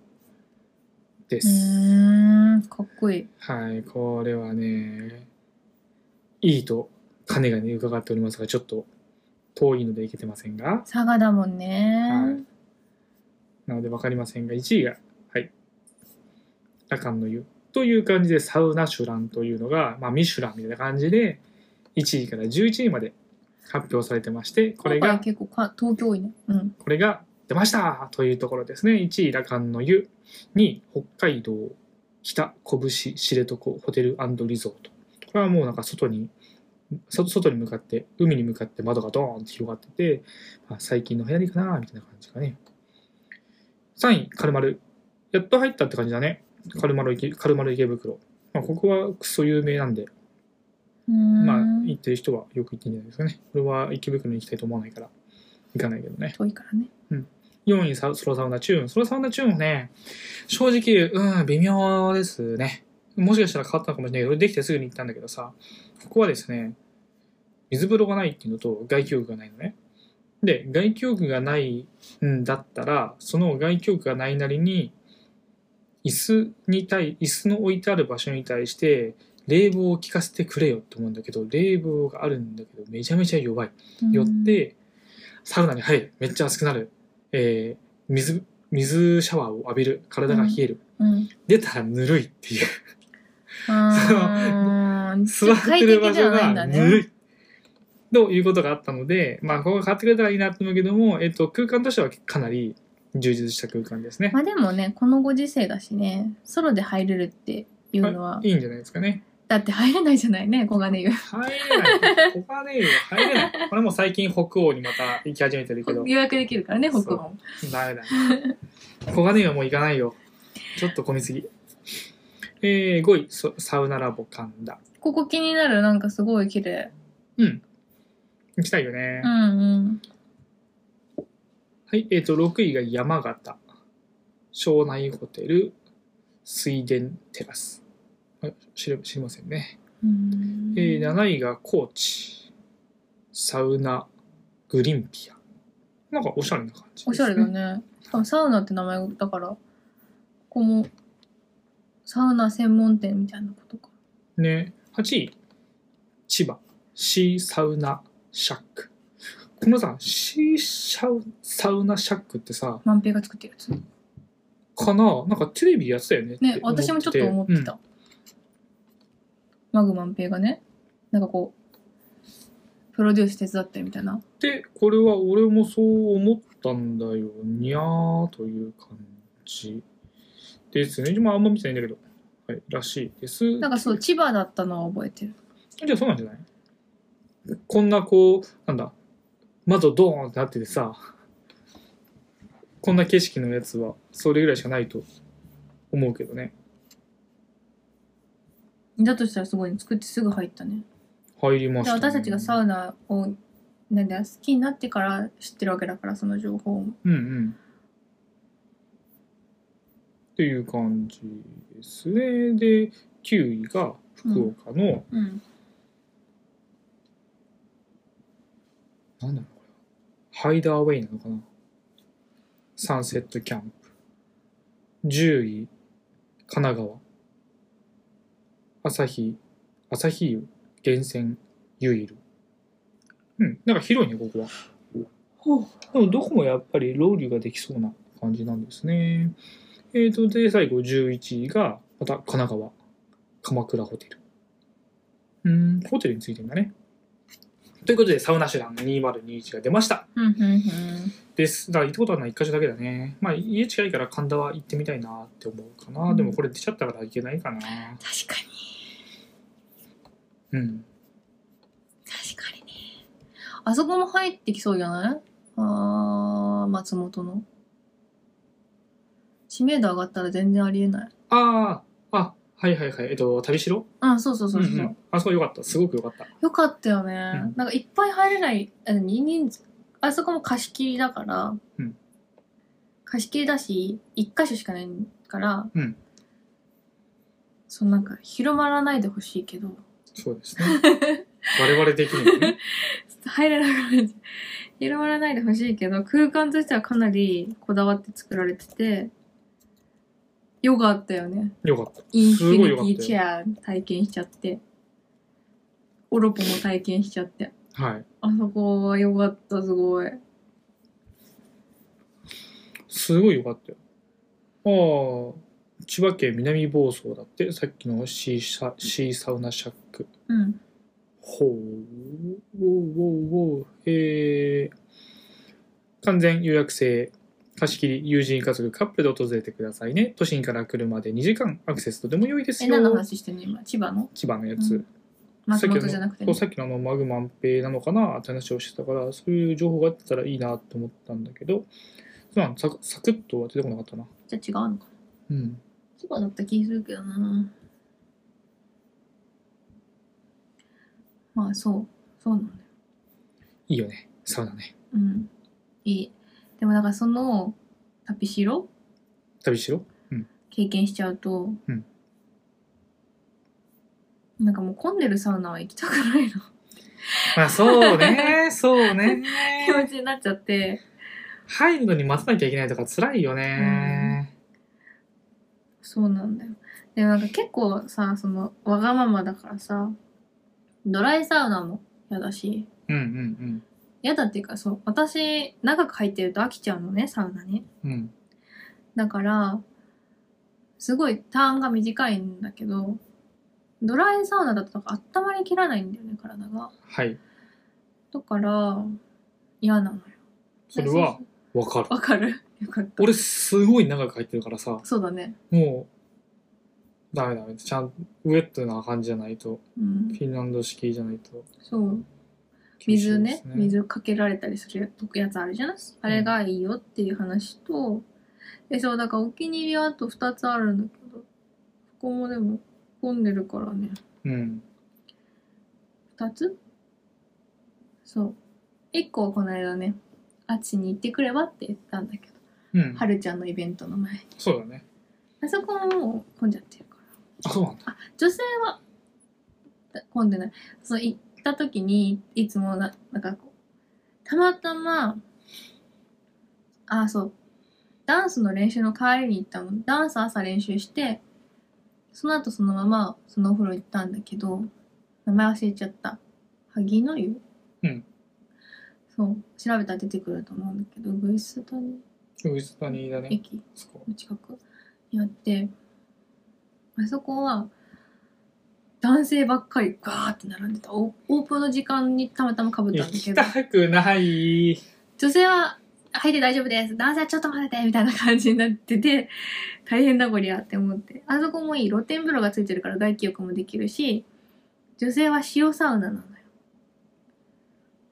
[SPEAKER 1] です。
[SPEAKER 2] うーんかっこいい
[SPEAKER 1] はい、これはね、いいと金がね、伺っておりますが、ちょっと遠いのでいけてませんが、
[SPEAKER 2] 佐賀だもんね、
[SPEAKER 1] はいなので分かりませんが、1位が、はい、羅漢の湯という感じで、サウナシュランというのが、まあ、ミシュランみたいな感じで、1位から11位まで発表されてまして、これ
[SPEAKER 2] 今
[SPEAKER 1] が
[SPEAKER 2] 回、結構か東京多いねうん
[SPEAKER 1] これが出ましたというところですね。1位、羅漢の湯。2位、北海道、北、拳、知床、ホテルリゾート。これはもうなんか外に、そ外に向かって、海に向かって窓がドーンって広がってて、まあ、最近の流行りかなみたいな感じかね。3位、軽丸。やっと入ったって感じだね。軽丸池軽丸池袋。まあ、ここはクソ有名なんで、まあ、行ってる人はよく行ってんじゃないですかね。俺は池袋に行きたいと思わないから、行かないけどね。
[SPEAKER 2] 遠いからね
[SPEAKER 1] 4位サ、ソロサウナチューン。ソロサウナチューンもね、正直、うん、微妙ですね。もしかしたら変わったのかもしれないけど、俺できてすぐに行ったんだけどさ、ここはですね、水風呂がないっていうのと外気浴がないのね。で、外気浴がないんだったら、その外気浴がないなりに、椅子に対、椅子の置いてある場所に対して、冷房を効かせてくれよって思うんだけど、冷房があるんだけど、めちゃめちゃ弱い。よっ、てサウナに入るめっちゃ熱くなる、えー水水シャワーを浴びる体が冷える、
[SPEAKER 2] うんうん、
[SPEAKER 1] 出たらぬるいって いう
[SPEAKER 2] あー
[SPEAKER 1] 座ってる場所
[SPEAKER 2] 快適じゃないん
[SPEAKER 1] が
[SPEAKER 2] だ
[SPEAKER 1] ぬる
[SPEAKER 2] ね
[SPEAKER 1] いということがあったので、まあ、ここが変わってくれたらいいなと思うけども、えっと、空間としてはかなり充実した空間ですね。
[SPEAKER 2] まあでもねこのご時世だしねソロで入れるっていうのは、
[SPEAKER 1] いいんじゃないですかね。
[SPEAKER 2] だって入れないじゃないね小金湯
[SPEAKER 1] 入れない。 ここはね、入れない。これもう最近北欧にまた行き始めてるけ ど、
[SPEAKER 2] 予約できるからね北
[SPEAKER 1] そ
[SPEAKER 2] 欧
[SPEAKER 1] う
[SPEAKER 2] も
[SPEAKER 1] ダメだ。小金井はもう行かないよ。ちょっと混みすぎ。えー、5位、そサウナラボ神田。
[SPEAKER 2] ここ気になるなんかすごい綺麗
[SPEAKER 1] うん。行きたいよね。
[SPEAKER 2] うんうん
[SPEAKER 1] はい、えっ、と、6位が山形。庄内ホテル、水田テラス。あ知り知りませんね。
[SPEAKER 2] うん
[SPEAKER 1] えー、7位が高知。サウナ、グリンピア。なんかおしゃれな感じです、
[SPEAKER 2] おしゃれだ。ねしかもサウナって名前だからここもサウナ専門店みたいなことか
[SPEAKER 1] ね、8位、千葉、シーサウナシャック。このさ、シーシャウサウナシャックってさ、
[SPEAKER 2] 万平が作ってるやつ
[SPEAKER 1] かななんかテレビやってたよねって
[SPEAKER 2] ね私もちょっと思ってた、。マグマンペイがねなんかこうプロデュース手伝ってるみたいな
[SPEAKER 1] うんで、これは俺もそう思ったんだよ、にゃーという感じですね。今あんま見てないんだけど、はい、らしいです。
[SPEAKER 2] なんかそう千葉だったのは覚えてる
[SPEAKER 1] じゃあそうなんじゃないこんなこう、なんだ、窓ドーンってなっててさ、こんな景色のやつは、それぐらいしかないと思うけどね。
[SPEAKER 2] だとしたらすごいね作ってすぐ入ったね
[SPEAKER 1] 入りまし
[SPEAKER 2] で
[SPEAKER 1] た、ね。
[SPEAKER 2] 私たちがサウナをなんだ好きになってから知ってるわけだからその情報も
[SPEAKER 1] うんうん。っていう感じですね。で、9位が福岡の、
[SPEAKER 2] うん
[SPEAKER 1] なんだろうこれはハイダーウェイなのかなサンセットキャンプ。10位、神奈川。朝日、朝日湯、源泉、湯いる。うん、なんか広いね、ここは。
[SPEAKER 2] ほう
[SPEAKER 1] でもどこもやっぱりロウリュができそうな感じなんですね。えーと、で、最後11位が、また神奈川、鎌倉ホテル。うーん、ホテルについてんだね。ということで、サウナシュラン2021が出ました。
[SPEAKER 2] うんうんうん
[SPEAKER 1] です。だから行ったことはない一箇所だけだね。まあ、家近いから神田は行ってみたいなって思うかな。
[SPEAKER 2] うん
[SPEAKER 1] でもこれ出ちゃったから行けないかな。
[SPEAKER 2] 確かに
[SPEAKER 1] うん。
[SPEAKER 2] 確かにねあそこも入ってきそうじゃないあー松本の知名度上がったら全然ありえない
[SPEAKER 1] ああ、あ、はいはいはい。えっと、旅しろ
[SPEAKER 2] あそうそうそうそう、
[SPEAKER 1] んんあそこ良かった。すごく良かった。
[SPEAKER 2] よかったよね、
[SPEAKER 1] うん
[SPEAKER 2] なんかいっぱい入れないあ人人数あそこも貸し切りだから、
[SPEAKER 1] うん
[SPEAKER 2] 貸し切りだし1箇所しかないから、
[SPEAKER 1] うん
[SPEAKER 2] そのなんか広まらないでほしいけど
[SPEAKER 1] そうですね。 我々的にもね。
[SPEAKER 2] 入れなくなっちゃう広まらないでほしいけど空間としてはかなりこだわって作られててよかったよね
[SPEAKER 1] 良かった。
[SPEAKER 2] インフ
[SPEAKER 1] すごい
[SPEAKER 2] ィ
[SPEAKER 1] 良かっ
[SPEAKER 2] ニティ
[SPEAKER 1] た
[SPEAKER 2] チ
[SPEAKER 1] よ。
[SPEAKER 2] ェア体験しちゃってオロポも体験しちゃって
[SPEAKER 1] はい。
[SPEAKER 2] あそこはよかったすごい。
[SPEAKER 1] すごい良かったよ。ああ、千葉県南房総だって、さっきのシーサシーサウナシャック。
[SPEAKER 2] うん。
[SPEAKER 1] ほう、おうおうおう、えー、完全予約制、貸し切り、友人家族、カップルで訪れてくださいね。都心から車で2時間、アクセスとても良いです
[SPEAKER 2] え
[SPEAKER 1] よ。
[SPEAKER 2] 何の話してんの今千葉の
[SPEAKER 1] 千葉のやつ。
[SPEAKER 2] うん松
[SPEAKER 1] さっき
[SPEAKER 2] 本
[SPEAKER 1] の
[SPEAKER 2] じゃなくて
[SPEAKER 1] そう
[SPEAKER 2] ね
[SPEAKER 1] さっきのあのマグマンペイなのかなって話をしてたからそういう情報があったらいいなと思ったんだけどまあサクサクッとは出てこなかったな
[SPEAKER 2] じゃあ違うのか
[SPEAKER 1] うん
[SPEAKER 2] 千葉だった気するけどなまあそうそうなんだよ
[SPEAKER 1] いいよねサウナね
[SPEAKER 2] うんいいでもだからそのタピシロ
[SPEAKER 1] 旅しろ
[SPEAKER 2] 経験しちゃうと、
[SPEAKER 1] うん
[SPEAKER 2] なんかもう混んでるサウナは行きたくな いな
[SPEAKER 1] まあそう ねそうね
[SPEAKER 2] 気持ちになっちゃって
[SPEAKER 1] 入るのに待たなきゃいけないとか辛いよね
[SPEAKER 2] そうなんだよでもなんか結構さそのわがままだからさドライサウナも嫌だし
[SPEAKER 1] うんうん
[SPEAKER 2] 嫌だっていうかそう私長く入ってると飽きちゃうのねサウナに
[SPEAKER 1] うんうん
[SPEAKER 2] だからすごいターンが短いんだけどドライサウナだとなんか温まりきらないんだよね体が
[SPEAKER 1] はい
[SPEAKER 2] だから嫌なのよ
[SPEAKER 1] それはわかる
[SPEAKER 2] わかるよかった
[SPEAKER 1] 俺すごい長く入ってるからさ
[SPEAKER 2] そうだね
[SPEAKER 1] もうダメダメちゃんウェットな感じじゃないと
[SPEAKER 2] うん
[SPEAKER 1] フィンランド式じゃないと
[SPEAKER 2] そう
[SPEAKER 1] 厳しい
[SPEAKER 2] 水
[SPEAKER 1] で
[SPEAKER 2] ね
[SPEAKER 1] す
[SPEAKER 2] 水かけられたりするやつあるじゃないあれがいいよっていう話と、えそうだからお気に入りはあと2つあるんだけどここもでも混んでるからね
[SPEAKER 1] うん
[SPEAKER 2] 2つそう1個はこの間ねあっちに行ってくればって言ったんだけど、
[SPEAKER 1] うん、
[SPEAKER 2] はるちゃんのイベントの前に
[SPEAKER 1] そうだね。
[SPEAKER 2] あそこももう混んじゃってるから
[SPEAKER 1] あ、そうなんだ。
[SPEAKER 2] あ女性はだ混んでないそう行った時にいつもななんかこうたまたまあそうダンスの練習の帰りに行ったのダンス朝練習してその後そのままそのお風呂行ったんだけど名前忘れちゃった萩の湯
[SPEAKER 1] うん
[SPEAKER 2] そう調べたら出てくると思うんだけどグイスタニ
[SPEAKER 1] ウィズタニーだね。
[SPEAKER 2] 駅
[SPEAKER 1] そこ。
[SPEAKER 2] 近くにあってあそこは男性ばっかりガーって並んでたオオープンの時間にたまたまかぶったん
[SPEAKER 1] 行
[SPEAKER 2] だけ
[SPEAKER 1] き
[SPEAKER 2] ど
[SPEAKER 1] たくない。
[SPEAKER 2] 女性は「入って大丈夫です男性はちょっと待ってて」みたいな感じになってて 大変だこりゃって思ってあそこもいい露天風呂がついてるから外気浴もできるし女性は塩サウナなのよ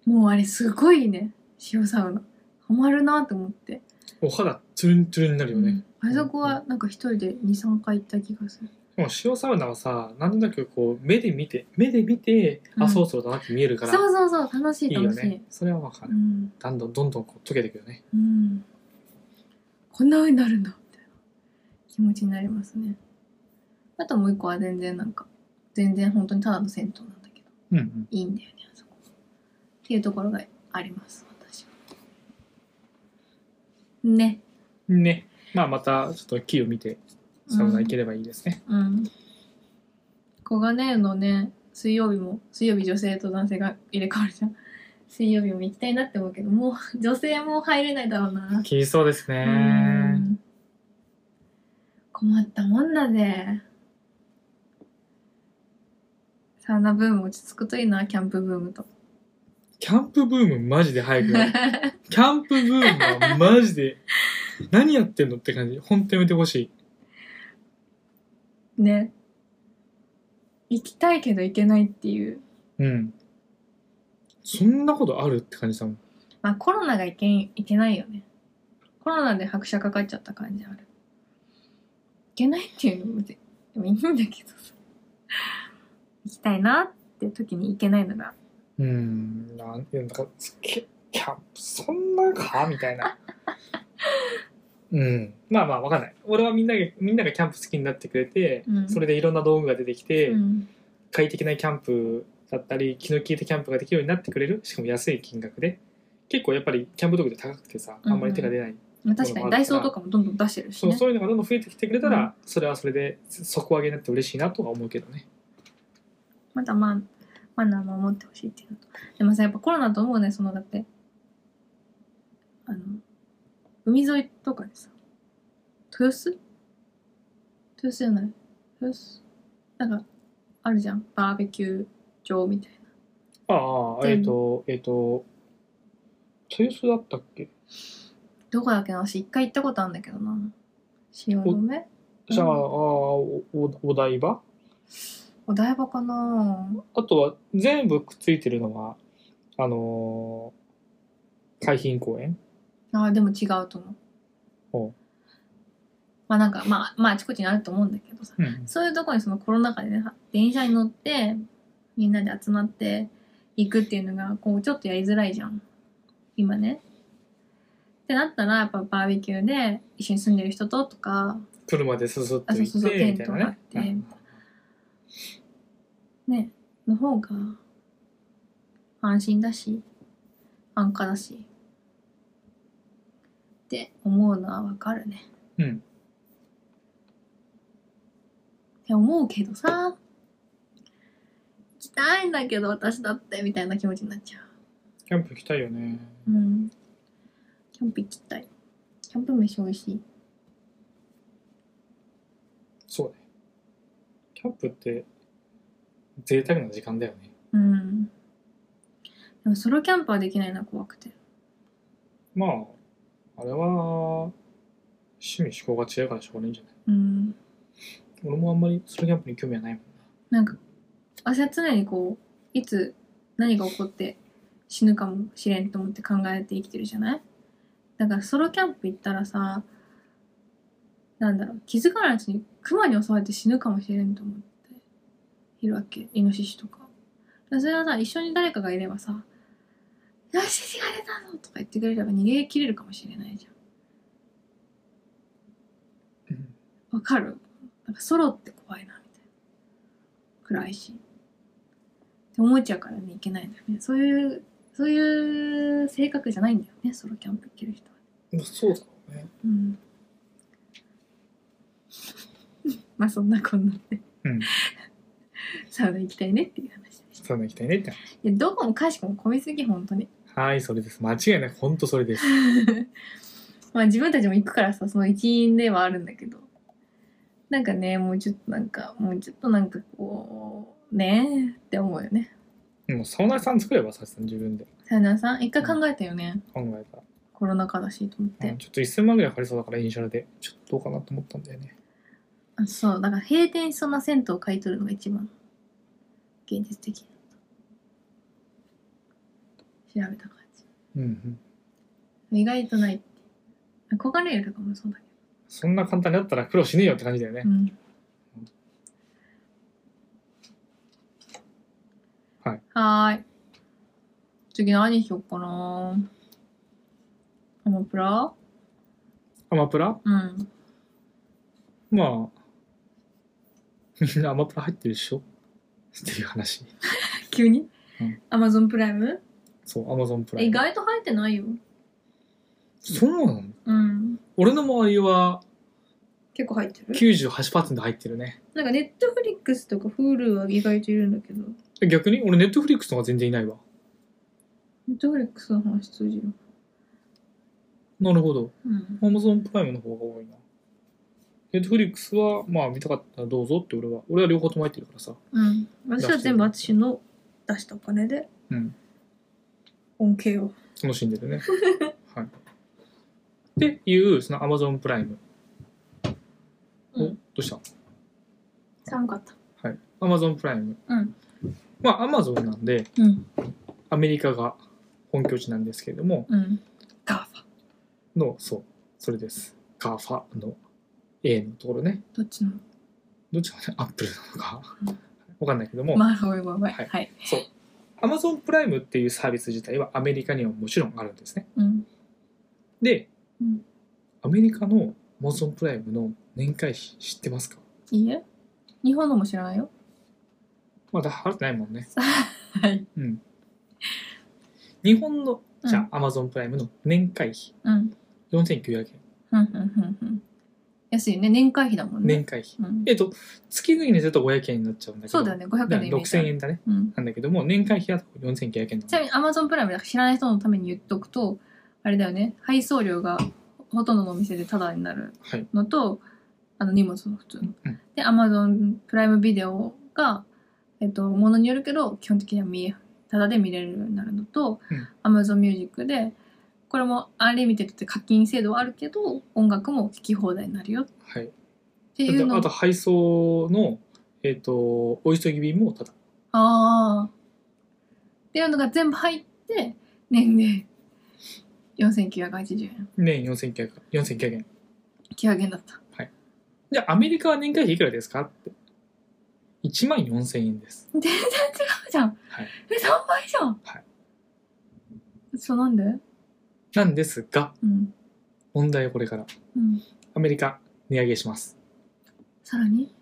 [SPEAKER 2] もうあれすごいね塩サウナハマるなと思って
[SPEAKER 1] お肌ツルンツルンになるよね。
[SPEAKER 2] あそこはなんか一人で23回行った気がする
[SPEAKER 1] でも塩サウナはさ、なんとなくこう、目で見て、目で見て、
[SPEAKER 2] う
[SPEAKER 1] あ、
[SPEAKER 2] ん
[SPEAKER 1] そろそろだなって見えるから、
[SPEAKER 2] そうそうそう楽し
[SPEAKER 1] い
[SPEAKER 2] い
[SPEAKER 1] いよ
[SPEAKER 2] 楽しい
[SPEAKER 1] ね。それはわか
[SPEAKER 2] う
[SPEAKER 1] る。
[SPEAKER 2] ん、
[SPEAKER 1] だんだんどんどんこう溶けていくよね。
[SPEAKER 2] うん、こんな風になるんだみたいな気持ちになりますねあともう一個は全然なんか全然本当にただの銭湯なんだけど
[SPEAKER 1] うんうん。
[SPEAKER 2] いいんだよねあそこっていうところがあります私はね
[SPEAKER 1] ね。まあまた、ちょっと木を見て、サウナ行ければいいですね。
[SPEAKER 2] うん小金井のね水曜日も水曜日女性と男性が入れ替わるじゃん水曜日も行きたいなって思うけどもう女性も入れないだろうな
[SPEAKER 1] 厳しそうです
[SPEAKER 2] う
[SPEAKER 1] ね。
[SPEAKER 2] ん困ったもんだぜサウナブーム落ち着くといいなキャンプブームと
[SPEAKER 1] キャンプブームマジで早く ない。キャンプブームはマジで、何やってんのって感じ。ほんとやめてほしい。
[SPEAKER 2] ね行きたいけど行けないっていう
[SPEAKER 1] うん。そんなことあるって感じだもん。
[SPEAKER 2] まあコロナがいけんいけないよねコロナで拍車かかっちゃった感じあるいけないっていうのもででもいいんだけどさ行きたいなって時に行けないのが
[SPEAKER 1] うん。なんていうのか、キキャンプ、そんなかみたいな。うん。まあまあ、わかんない。俺はみんなが、みんながキャンプ好きになってくれて、
[SPEAKER 2] うん
[SPEAKER 1] それでいろんな道具が出てきて、
[SPEAKER 2] うん
[SPEAKER 1] 快適なキャンプだったり、気の利いたキャンプができるようになってくれる。しかも安い金額で。結構やっぱりキャンプ道具って高くてさ、あんまり手が出ない。
[SPEAKER 2] まあ確かにダイソーとかもどんどん出してるし
[SPEAKER 1] そう
[SPEAKER 2] ね
[SPEAKER 1] そういうのがどんどん増えてきてくれた
[SPEAKER 2] うん
[SPEAKER 1] ら、それはそれで底上げになって嬉しいなとは思うけどね。
[SPEAKER 2] まだまあマナー守ってほしいっていうのとでもさやっぱコロナと思うねそのだってあの海沿いとかでさ豊洲豊洲じゃない豊洲なんかあるじゃんバーベキュー場みたいな
[SPEAKER 1] ああ、えっ、と、えっ、と、豊洲だったっけ
[SPEAKER 2] どこだっけな私一回行ったことあるんだけどな汐留
[SPEAKER 1] じゃあ、あーおおお台場
[SPEAKER 2] お台場かな
[SPEAKER 1] あとは全部くっついてるのはあのー海浜公園
[SPEAKER 2] あーでも違うと思う
[SPEAKER 1] ほう
[SPEAKER 2] まあなんかまあまああちこちにあると思うんだけどさ
[SPEAKER 1] うん
[SPEAKER 2] そういうとこにそのコロナ禍でね電車に乗ってみんなで集まって行くっていうのがこうちょっとやりづらいじゃん今ね。ってなったらやっぱバーベキューで一緒に住んでる人ととか
[SPEAKER 1] 車ですすっ
[SPEAKER 2] あ
[SPEAKER 1] と
[SPEAKER 2] そうそ
[SPEAKER 1] 行っ
[SPEAKER 2] うそう
[SPEAKER 1] て
[SPEAKER 2] テ
[SPEAKER 1] み
[SPEAKER 2] ン
[SPEAKER 1] たい
[SPEAKER 2] ト
[SPEAKER 1] な
[SPEAKER 2] があっ
[SPEAKER 1] ね
[SPEAKER 2] て、
[SPEAKER 1] うん
[SPEAKER 2] ねの方が安心だし安価だしって思うのはわかるね。
[SPEAKER 1] うん
[SPEAKER 2] って思うけどさ行きたいんだけど私だってみたいな気持ちになっちゃ
[SPEAKER 1] キャンプ行きたいよね
[SPEAKER 2] ううんキャンプ行きたいキャンプ飯美味しい
[SPEAKER 1] そうねキャンプって贅沢な時間だよね
[SPEAKER 2] うんでもソロキャンプはできないな怖くて
[SPEAKER 1] まああれは趣味嗜好が違うからしょうがないんじゃない
[SPEAKER 2] うん
[SPEAKER 1] 俺もあんまりソロキャンプに興味はないもん
[SPEAKER 2] なんか私は常にこういつ何が起こって死ぬかもしれんと思って考えて生きてるじゃないだからソロキャンプ行ったらさなんだろう気づかないうちにクマに襲われて死ぬかもしれんと思っているわけイノシシとかだからそれはさ一緒に誰かがいればさ「イノシシが出たぞ!」とか言ってくれれば逃げ切れるかもしれないじ
[SPEAKER 1] うん
[SPEAKER 2] ゃんわかるなんかソロって怖いなみたいな暗いしって思っちゃうからねいけないんだよねそういうそういう性格じゃないんだよねソロキャンプ行ける人は。
[SPEAKER 1] でもそうだろうね
[SPEAKER 2] うん まあそんなこんなで
[SPEAKER 1] うん
[SPEAKER 2] サウナ行きたいねっていう話でした。
[SPEAKER 1] そういうの行きたいねって
[SPEAKER 2] いやどこもかしこも込みすぎ本当に。
[SPEAKER 1] はいそれです間違いないほんとそれです
[SPEAKER 2] まあ自分たちも行くからさその一員ではあるんだけどなんかねもうちょっとなんかもうちょっとなんかこうねえって思うよね。
[SPEAKER 1] もうサウナ屋さん作ればささん自分で
[SPEAKER 2] さよならさん一回考えたよね
[SPEAKER 1] 考えたら
[SPEAKER 2] コロナ禍だしと思って。
[SPEAKER 1] うんちょっと1000万ぐらいかかりそうだからイニシャルでちょっとどうかなと思ったんだよね
[SPEAKER 2] あそうだから閉店しそうな銭湯を買い取るのが一番現実的だ調べた感
[SPEAKER 1] うんうん
[SPEAKER 2] じ意外とないって憧れるとかもそうだけ
[SPEAKER 1] そんな簡単になったら苦労しねえよって感じだよね
[SPEAKER 2] ど、うん
[SPEAKER 1] はい
[SPEAKER 2] はーい次何しよっかなアマプラ
[SPEAKER 1] アマプラ
[SPEAKER 2] うん
[SPEAKER 1] まあ、みんなアマプラ入ってるでしょっていう話。
[SPEAKER 2] 急に
[SPEAKER 1] うん
[SPEAKER 2] アマゾンプライム
[SPEAKER 1] そう、アマゾンプライ
[SPEAKER 2] 意
[SPEAKER 1] ム。
[SPEAKER 2] 外と入ってないよ
[SPEAKER 1] そうなの
[SPEAKER 2] うん
[SPEAKER 1] 俺の周りは
[SPEAKER 2] 結構入ってる
[SPEAKER 1] 98%入ってるね。
[SPEAKER 2] なんかネットフリックスとか Hulu は意外といるんだけど
[SPEAKER 1] 逆に俺ネットフリックスとか全然いないわ。
[SPEAKER 2] ネットフリックスの話通じる。
[SPEAKER 1] なるほど。
[SPEAKER 2] うん。
[SPEAKER 1] アマゾンプライムの方が多いな。ネットフリックスは、まあ見たかったらどうぞって俺は。俺は両方とも入ってるからさ。
[SPEAKER 2] うん。私は全部私の出したお金で
[SPEAKER 1] うん。
[SPEAKER 2] 恩恵を。
[SPEAKER 1] 楽しんで るね。はい。っていう、そのアマゾンプライム。お、ど
[SPEAKER 2] うん
[SPEAKER 1] うした
[SPEAKER 2] 寒かった。
[SPEAKER 1] アマゾンプライム。
[SPEAKER 2] うん。
[SPEAKER 1] まあアマゾンなんで、
[SPEAKER 2] うん。
[SPEAKER 1] アメリカが本拠地なんですけれども、
[SPEAKER 2] うん。ガーファ。
[SPEAKER 1] の、そう、それです。ガーファの A のところね。
[SPEAKER 2] どっちの
[SPEAKER 1] どっちがね、アップルなのか
[SPEAKER 2] うん、
[SPEAKER 1] わかんないけども、
[SPEAKER 2] まあ、ごめんごめん。
[SPEAKER 1] はい
[SPEAKER 2] はい。
[SPEAKER 1] そう。Amazon プライムっていうサービス自体はアメリカにはもちろんあるんですね。
[SPEAKER 2] うん。
[SPEAKER 1] で、
[SPEAKER 2] うん
[SPEAKER 1] アメリカの Amazon プライムの年会費知ってますか
[SPEAKER 2] いいえ。日本のも知らないよ。
[SPEAKER 1] まだ払ってないもんね。
[SPEAKER 2] はい。
[SPEAKER 1] うん。日本の、じ
[SPEAKER 2] う
[SPEAKER 1] ゃ
[SPEAKER 2] ん
[SPEAKER 1] あ Amazon プライムの年会費
[SPEAKER 2] うん。
[SPEAKER 1] 4900円。
[SPEAKER 2] ふんふんふんふん。安いよね。年会費だもんね。
[SPEAKER 1] 年会費。
[SPEAKER 2] うん。
[SPEAKER 1] えっと、月々にすると500円になっちゃうんだけど。
[SPEAKER 2] そうだよね。500
[SPEAKER 1] だか
[SPEAKER 2] 円で
[SPEAKER 1] ら
[SPEAKER 2] イメージあ
[SPEAKER 1] 6000
[SPEAKER 2] る。
[SPEAKER 1] 円だね。
[SPEAKER 2] うん。
[SPEAKER 1] なんだけども、年会費は4900円な
[SPEAKER 2] ちなみ
[SPEAKER 1] の。
[SPEAKER 2] に Amazon プライムだから知らない人のために言っとくと、あれだよね。配送料がほとんどのお店でタダになる。
[SPEAKER 1] はい。
[SPEAKER 2] のとあの荷物の普通の。
[SPEAKER 1] うん
[SPEAKER 2] で Amazon プライムビデオが、えっと、ものによるけど基本的には見えただで見れるようになるのと、
[SPEAKER 1] うん
[SPEAKER 2] Amazon ミュージックでこれもアンリミテッドって課金制度はあるけど音楽も聴き放題になるよっ
[SPEAKER 1] はい、
[SPEAKER 2] て
[SPEAKER 1] だ
[SPEAKER 2] い
[SPEAKER 1] っ
[SPEAKER 2] う
[SPEAKER 1] て
[SPEAKER 2] の
[SPEAKER 1] あと配送の、えっとお急ぎ便もただ
[SPEAKER 2] ああ。っていうのが全部入って、年で4980円。
[SPEAKER 1] 年4900 4900円
[SPEAKER 2] 900円だった。
[SPEAKER 1] じゃあアメリカは年会費いくらですかって1万4000円です
[SPEAKER 2] 全然違うじゃん。
[SPEAKER 1] はい
[SPEAKER 2] え、3倍じゃん。
[SPEAKER 1] はい
[SPEAKER 2] そうなんで
[SPEAKER 1] なんですが
[SPEAKER 2] うん。
[SPEAKER 1] 問題はこれから
[SPEAKER 2] うん。
[SPEAKER 1] アメリカ値上げします
[SPEAKER 2] さらに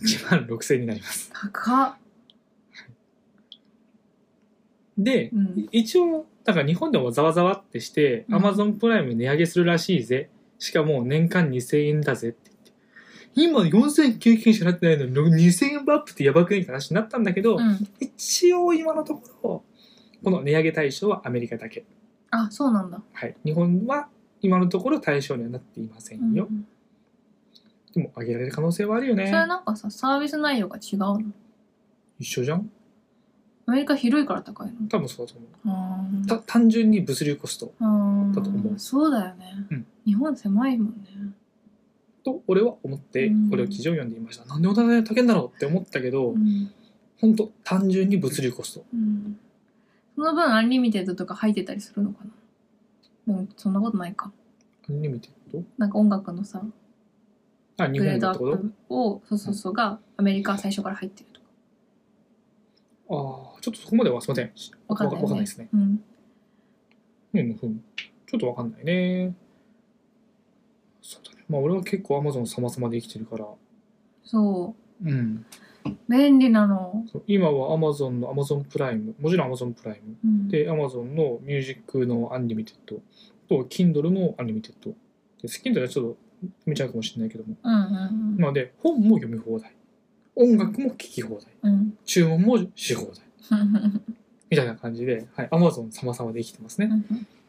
[SPEAKER 1] 1万6000円になります
[SPEAKER 2] 高っ。
[SPEAKER 1] で、
[SPEAKER 2] うん。
[SPEAKER 1] 一応だから日本でもざわざわってして、
[SPEAKER 2] うん
[SPEAKER 1] Amazon プライム値上げするらしいぜしかも年間2000円だぜって言って今4900円しかなってないのに2000円アップってやばくねって話になったんだけど、
[SPEAKER 2] うん。
[SPEAKER 1] 一応今のところこの値上げ対象はアメリカだけ、
[SPEAKER 2] あ、そうなんだ。
[SPEAKER 1] はい、日本は今のところ対象にはなっていませ
[SPEAKER 2] うんん
[SPEAKER 1] よ、でも上げられる可能性はあるよ
[SPEAKER 2] それ
[SPEAKER 1] ね
[SPEAKER 2] はなんかさ、サービス内容が違うの。
[SPEAKER 1] 一緒じゃん
[SPEAKER 2] アメリカ広いから高いの。
[SPEAKER 1] 多分そうだと思う
[SPEAKER 2] あー
[SPEAKER 1] た単純に物流コスト
[SPEAKER 2] あー
[SPEAKER 1] だと思う
[SPEAKER 2] そうだよね、
[SPEAKER 1] うん
[SPEAKER 2] 日本狭いもんね。
[SPEAKER 1] と俺は思って
[SPEAKER 2] うん
[SPEAKER 1] これを記事を読んでいました、なんでお互い高いんだろうって思ったけど、
[SPEAKER 2] うん
[SPEAKER 1] 本当単純に物流コスト
[SPEAKER 2] うんその分アンリミテッドとか入ってたりするのかなもうそんなことないか。
[SPEAKER 1] アンリミテッド
[SPEAKER 2] なんか音楽のさ、
[SPEAKER 1] あ日
[SPEAKER 2] グレ
[SPEAKER 1] 本
[SPEAKER 2] ード
[SPEAKER 1] だ
[SPEAKER 2] ア
[SPEAKER 1] ってこ
[SPEAKER 2] ップを、そうそうそうが、アメリカは最初から入ってるとか。
[SPEAKER 1] とああちょっとそこまではすいません
[SPEAKER 2] わかん
[SPEAKER 1] わ
[SPEAKER 2] ない、
[SPEAKER 1] わかんないですね。
[SPEAKER 2] うん。
[SPEAKER 1] うんうんちょっとわかんないねそうだねまあ俺は結構アマゾン様々で生きてるから
[SPEAKER 2] そ
[SPEAKER 1] うん
[SPEAKER 2] う。便利なの。
[SPEAKER 1] そう今はアマゾンのアマゾンプライムもちろんアマゾンプライム
[SPEAKER 2] うん、
[SPEAKER 1] でアマゾンのミュージックのアンリミテッドと Kindle もアンリミテッドで Kindle はちょっと見ちゃうかもしれないけども
[SPEAKER 2] うんうん
[SPEAKER 1] なので本も読み放題音楽も聴き放題
[SPEAKER 2] うん。うん。
[SPEAKER 1] 注文もし放題
[SPEAKER 2] うん
[SPEAKER 1] みたいな感じで、はい、Amazon 様々で生きてますね。
[SPEAKER 2] うん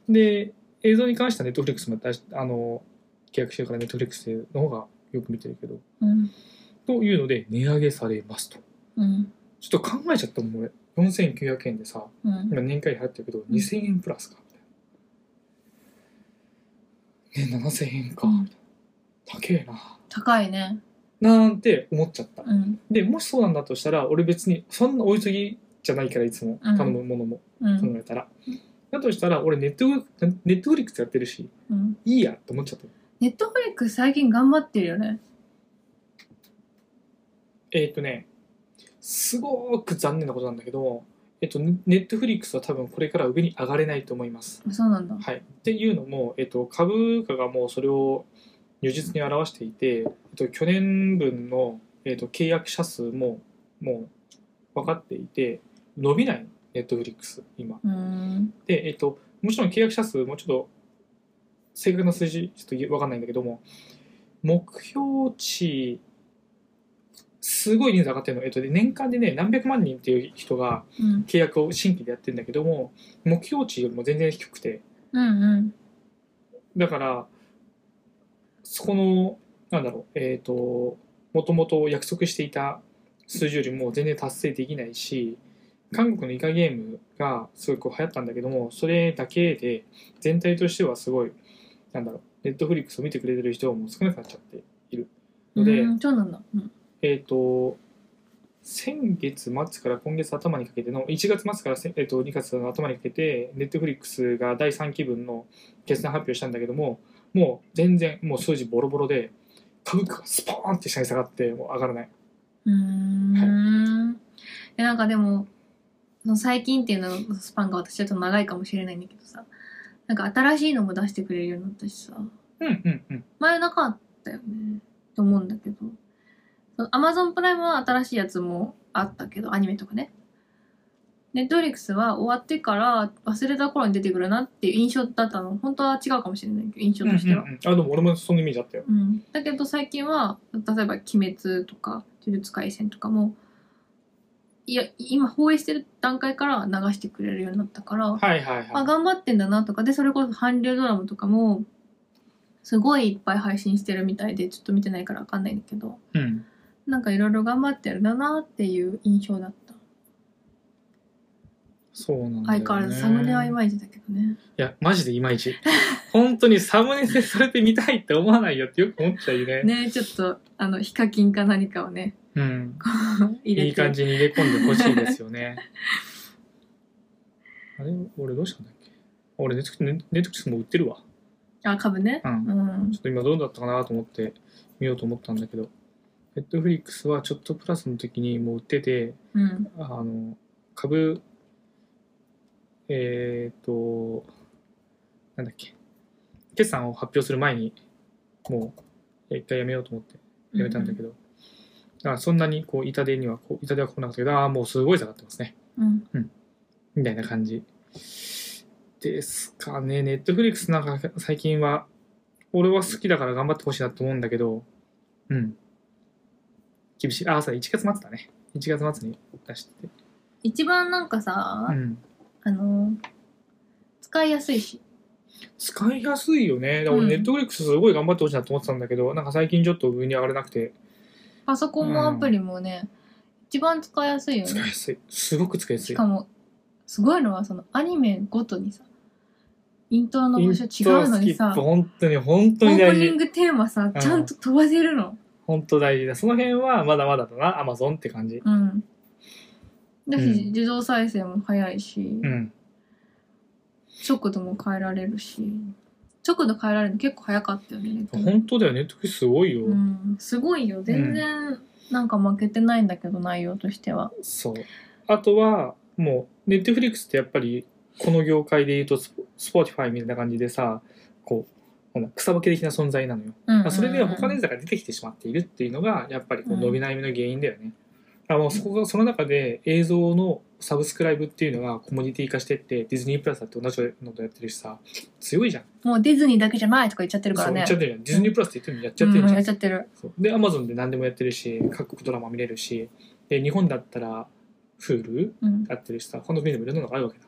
[SPEAKER 1] で、映像に関しては Netflix も出しあの契約してるから Netflix の方がよく見てるけど、
[SPEAKER 2] うん
[SPEAKER 1] というので値上げされますと。
[SPEAKER 2] うん
[SPEAKER 1] ちょっと考えちゃったもん、俺。4900円でさ、
[SPEAKER 2] うん
[SPEAKER 1] 今年会費払ってるけど、2000円プラスか。みたいなね、7000円か。
[SPEAKER 2] うん
[SPEAKER 1] 高えな。
[SPEAKER 2] 高いね。
[SPEAKER 1] なんて思っちゃった。
[SPEAKER 2] うん。
[SPEAKER 1] で、もしそうなんだとしたら、俺別にそんな追いすぎじゃないから、いつも頼むものも。
[SPEAKER 2] う
[SPEAKER 1] 考
[SPEAKER 2] ん。
[SPEAKER 1] えたら、だとしたら俺ネットフリネットフリックスやってるし
[SPEAKER 2] うん。
[SPEAKER 1] いいやと思っちゃった
[SPEAKER 2] ネットフリックス最近頑張ってるよね。
[SPEAKER 1] えーっ、とねすごく残念なことなんだけどえっと、ネネットフリックスは多分これから上に上がれないと思います。
[SPEAKER 2] そうなんだ。
[SPEAKER 1] はい、っていうのも、えっと、株価がもうそれを如実に表していて、えっと、去年分の、えっと、契約者数ももう分かっていて伸びないネットフリックス今。
[SPEAKER 2] うん。
[SPEAKER 1] で、えっと、もちろん契約者数もちょっと正確な数字ちょっと分かんないんだけども目標値すごい人数上がってるの、えっとね、年間でね何百万人っていう人が
[SPEAKER 2] うん。
[SPEAKER 1] 契約を新規でやってるんだけども目標値よりも全然低くて
[SPEAKER 2] うんうん。
[SPEAKER 1] だからそこのなんだろうえっ、ともともと約束していた数字よりも全然達成できないし韓国のイカゲームがすごいこう流行ったんだけどもそれだけで全体としてはすごいなんだろうネットフリックスを見てくれてる人はもう少なくなっちゃっているので、
[SPEAKER 2] うんそうなんだ。うん。
[SPEAKER 1] えっ、と先月末から今月頭にかけての1月末からせ、えー、と2月の頭にかけてネットフリックスが第3期分の決算発表したんだけどももう全然もう数字ボロボロで株価がスポーンって下に下がってもう上がらないう
[SPEAKER 2] ーんえなんかでもその最近っていうののスパンが私ちょっと長いかもしれないんだけどさなんか新しいのも出してくれるようになったしさ
[SPEAKER 1] うんうんうん
[SPEAKER 2] 前なかったよねと思うんだけどアマゾンプライムは新しいやつもあったけどアニメとかねネットフリックスは終わってから忘れた頃に出てくるなっていう印象だったの本当は違うかもしれないけど印象としては
[SPEAKER 1] うんうんうんあでも俺もそのイメージあったよ
[SPEAKER 2] うん、だけど最近は例えば「鬼滅」とか「呪術廻戦」とかもいや今放映してる段階から流してくれるようになったから、
[SPEAKER 1] はいはいはい
[SPEAKER 2] あ頑張ってんだなとかでそれこそ韓流ドラマとかもすごいいっぱい配信してるみたいでちょっと見てないから分かんないんだけど
[SPEAKER 1] うん
[SPEAKER 2] なんかいろいろ頑張ってるんだなっていう印象だった
[SPEAKER 1] そうなんだよ、
[SPEAKER 2] 相
[SPEAKER 1] ね。
[SPEAKER 2] 変わらずサムネはいまいちだけどね
[SPEAKER 1] いや、マジでいまいち。本当にサムネでそれで見たいって思わないよってよく思っちゃうよね。
[SPEAKER 2] ねちょっとあのヒカキンか何かをね
[SPEAKER 1] うん。
[SPEAKER 2] 入れて
[SPEAKER 1] いい感じに入れ込んでほしいですよね。あれ、俺どうしたんだっけ俺ネットフリ、ネットフリックスも売ってるわ。
[SPEAKER 2] あ株ね
[SPEAKER 1] う
[SPEAKER 2] うんん
[SPEAKER 1] ちょっと今どうだったかなと思って見ようと思ったんだけど、ネットフリックスはちょっとプラスの時にもう売ってて、
[SPEAKER 2] うん
[SPEAKER 1] あの、株、えっ、と、なんだっけ、決算を発表する前に、もう、え一回やめようと思って、やめたんだけど、だからそんなに、こう、痛手には、こう痛手は来なかったけど、ああ、もうすごい下がってますね。
[SPEAKER 2] うん
[SPEAKER 1] みたいな感じ。ですかね。ネットフリックスなんか最近は、俺は好きだから頑張ってほしいなと思うんだけど、うん。厳しい。あ、そう、1月末だね。1月末に出してて。
[SPEAKER 2] 一番なんかさ、
[SPEAKER 1] うん。
[SPEAKER 2] あの使いやすいし
[SPEAKER 1] 使いやすいよね。だから
[SPEAKER 2] うん
[SPEAKER 1] 俺、ネットフリックスすごい頑張ってほしいなと思ってたんだけど、なんか最近ちょっと上に上がれなくて、
[SPEAKER 2] パソコンもアプリもね、一番使いやすいよ
[SPEAKER 1] 使い
[SPEAKER 2] ね
[SPEAKER 1] やすい。すごく使いやす
[SPEAKER 2] し
[SPEAKER 1] い
[SPEAKER 2] か。もすごいのはそのアニメごとにさイントロの
[SPEAKER 1] イン
[SPEAKER 2] 場所
[SPEAKER 1] ト
[SPEAKER 2] 違うの
[SPEAKER 1] スキ
[SPEAKER 2] に
[SPEAKER 1] ッ
[SPEAKER 2] さ
[SPEAKER 1] プ、
[SPEAKER 2] オ
[SPEAKER 1] 本当に、本当に
[SPEAKER 2] ープ
[SPEAKER 1] 大
[SPEAKER 2] ニン
[SPEAKER 1] 事。
[SPEAKER 2] グテーマさ、
[SPEAKER 1] うん
[SPEAKER 2] ちゃんと飛ばせるの
[SPEAKER 1] 本当大事だ。その辺はまだまだだな、アマゾンって感じ。
[SPEAKER 2] うんだし、
[SPEAKER 1] うん
[SPEAKER 2] 自動再生も早いし、
[SPEAKER 1] うん。
[SPEAKER 2] 速度も変えられるし速度変えられるの結構早かったよね、
[SPEAKER 1] 本当だよ、ネットフリックスすごいよ。
[SPEAKER 2] うん、すごいよ全然なんか負けてないんだけど内容としては
[SPEAKER 1] そう。あとは、もう、ネットフリックスってやっぱり、この業界で言うとスポ、スポーティファイみたいな感じでさ、こう、なんだ草分け的な存在なのよ。まあそれで他の
[SPEAKER 2] で
[SPEAKER 1] 人が出てきてしまっているっていうのが、やっぱりこう
[SPEAKER 2] うん
[SPEAKER 1] 伸び悩みの原因だよね。あもうそこが、その中で映像のサブスクライブっていうのがコモディティ化してって、ディズニープラスだって同じのとやってるしさ、強いじゃん。
[SPEAKER 2] もうディズニーだけじゃないとか言っちゃってるから
[SPEAKER 1] そう、や
[SPEAKER 2] ね
[SPEAKER 1] っちゃってるじゃん。ディズニープラスって言ってもやっちゃってる
[SPEAKER 2] うん
[SPEAKER 1] じゃ
[SPEAKER 2] や
[SPEAKER 1] ん
[SPEAKER 2] っち。ゃってる
[SPEAKER 1] そうで、アマゾンで何でもやってるし、各国ドラマ見れるし、で、日本だったら、Hulu
[SPEAKER 2] うん
[SPEAKER 1] やってるしさ、この国でもいろんなのがあるわけだ。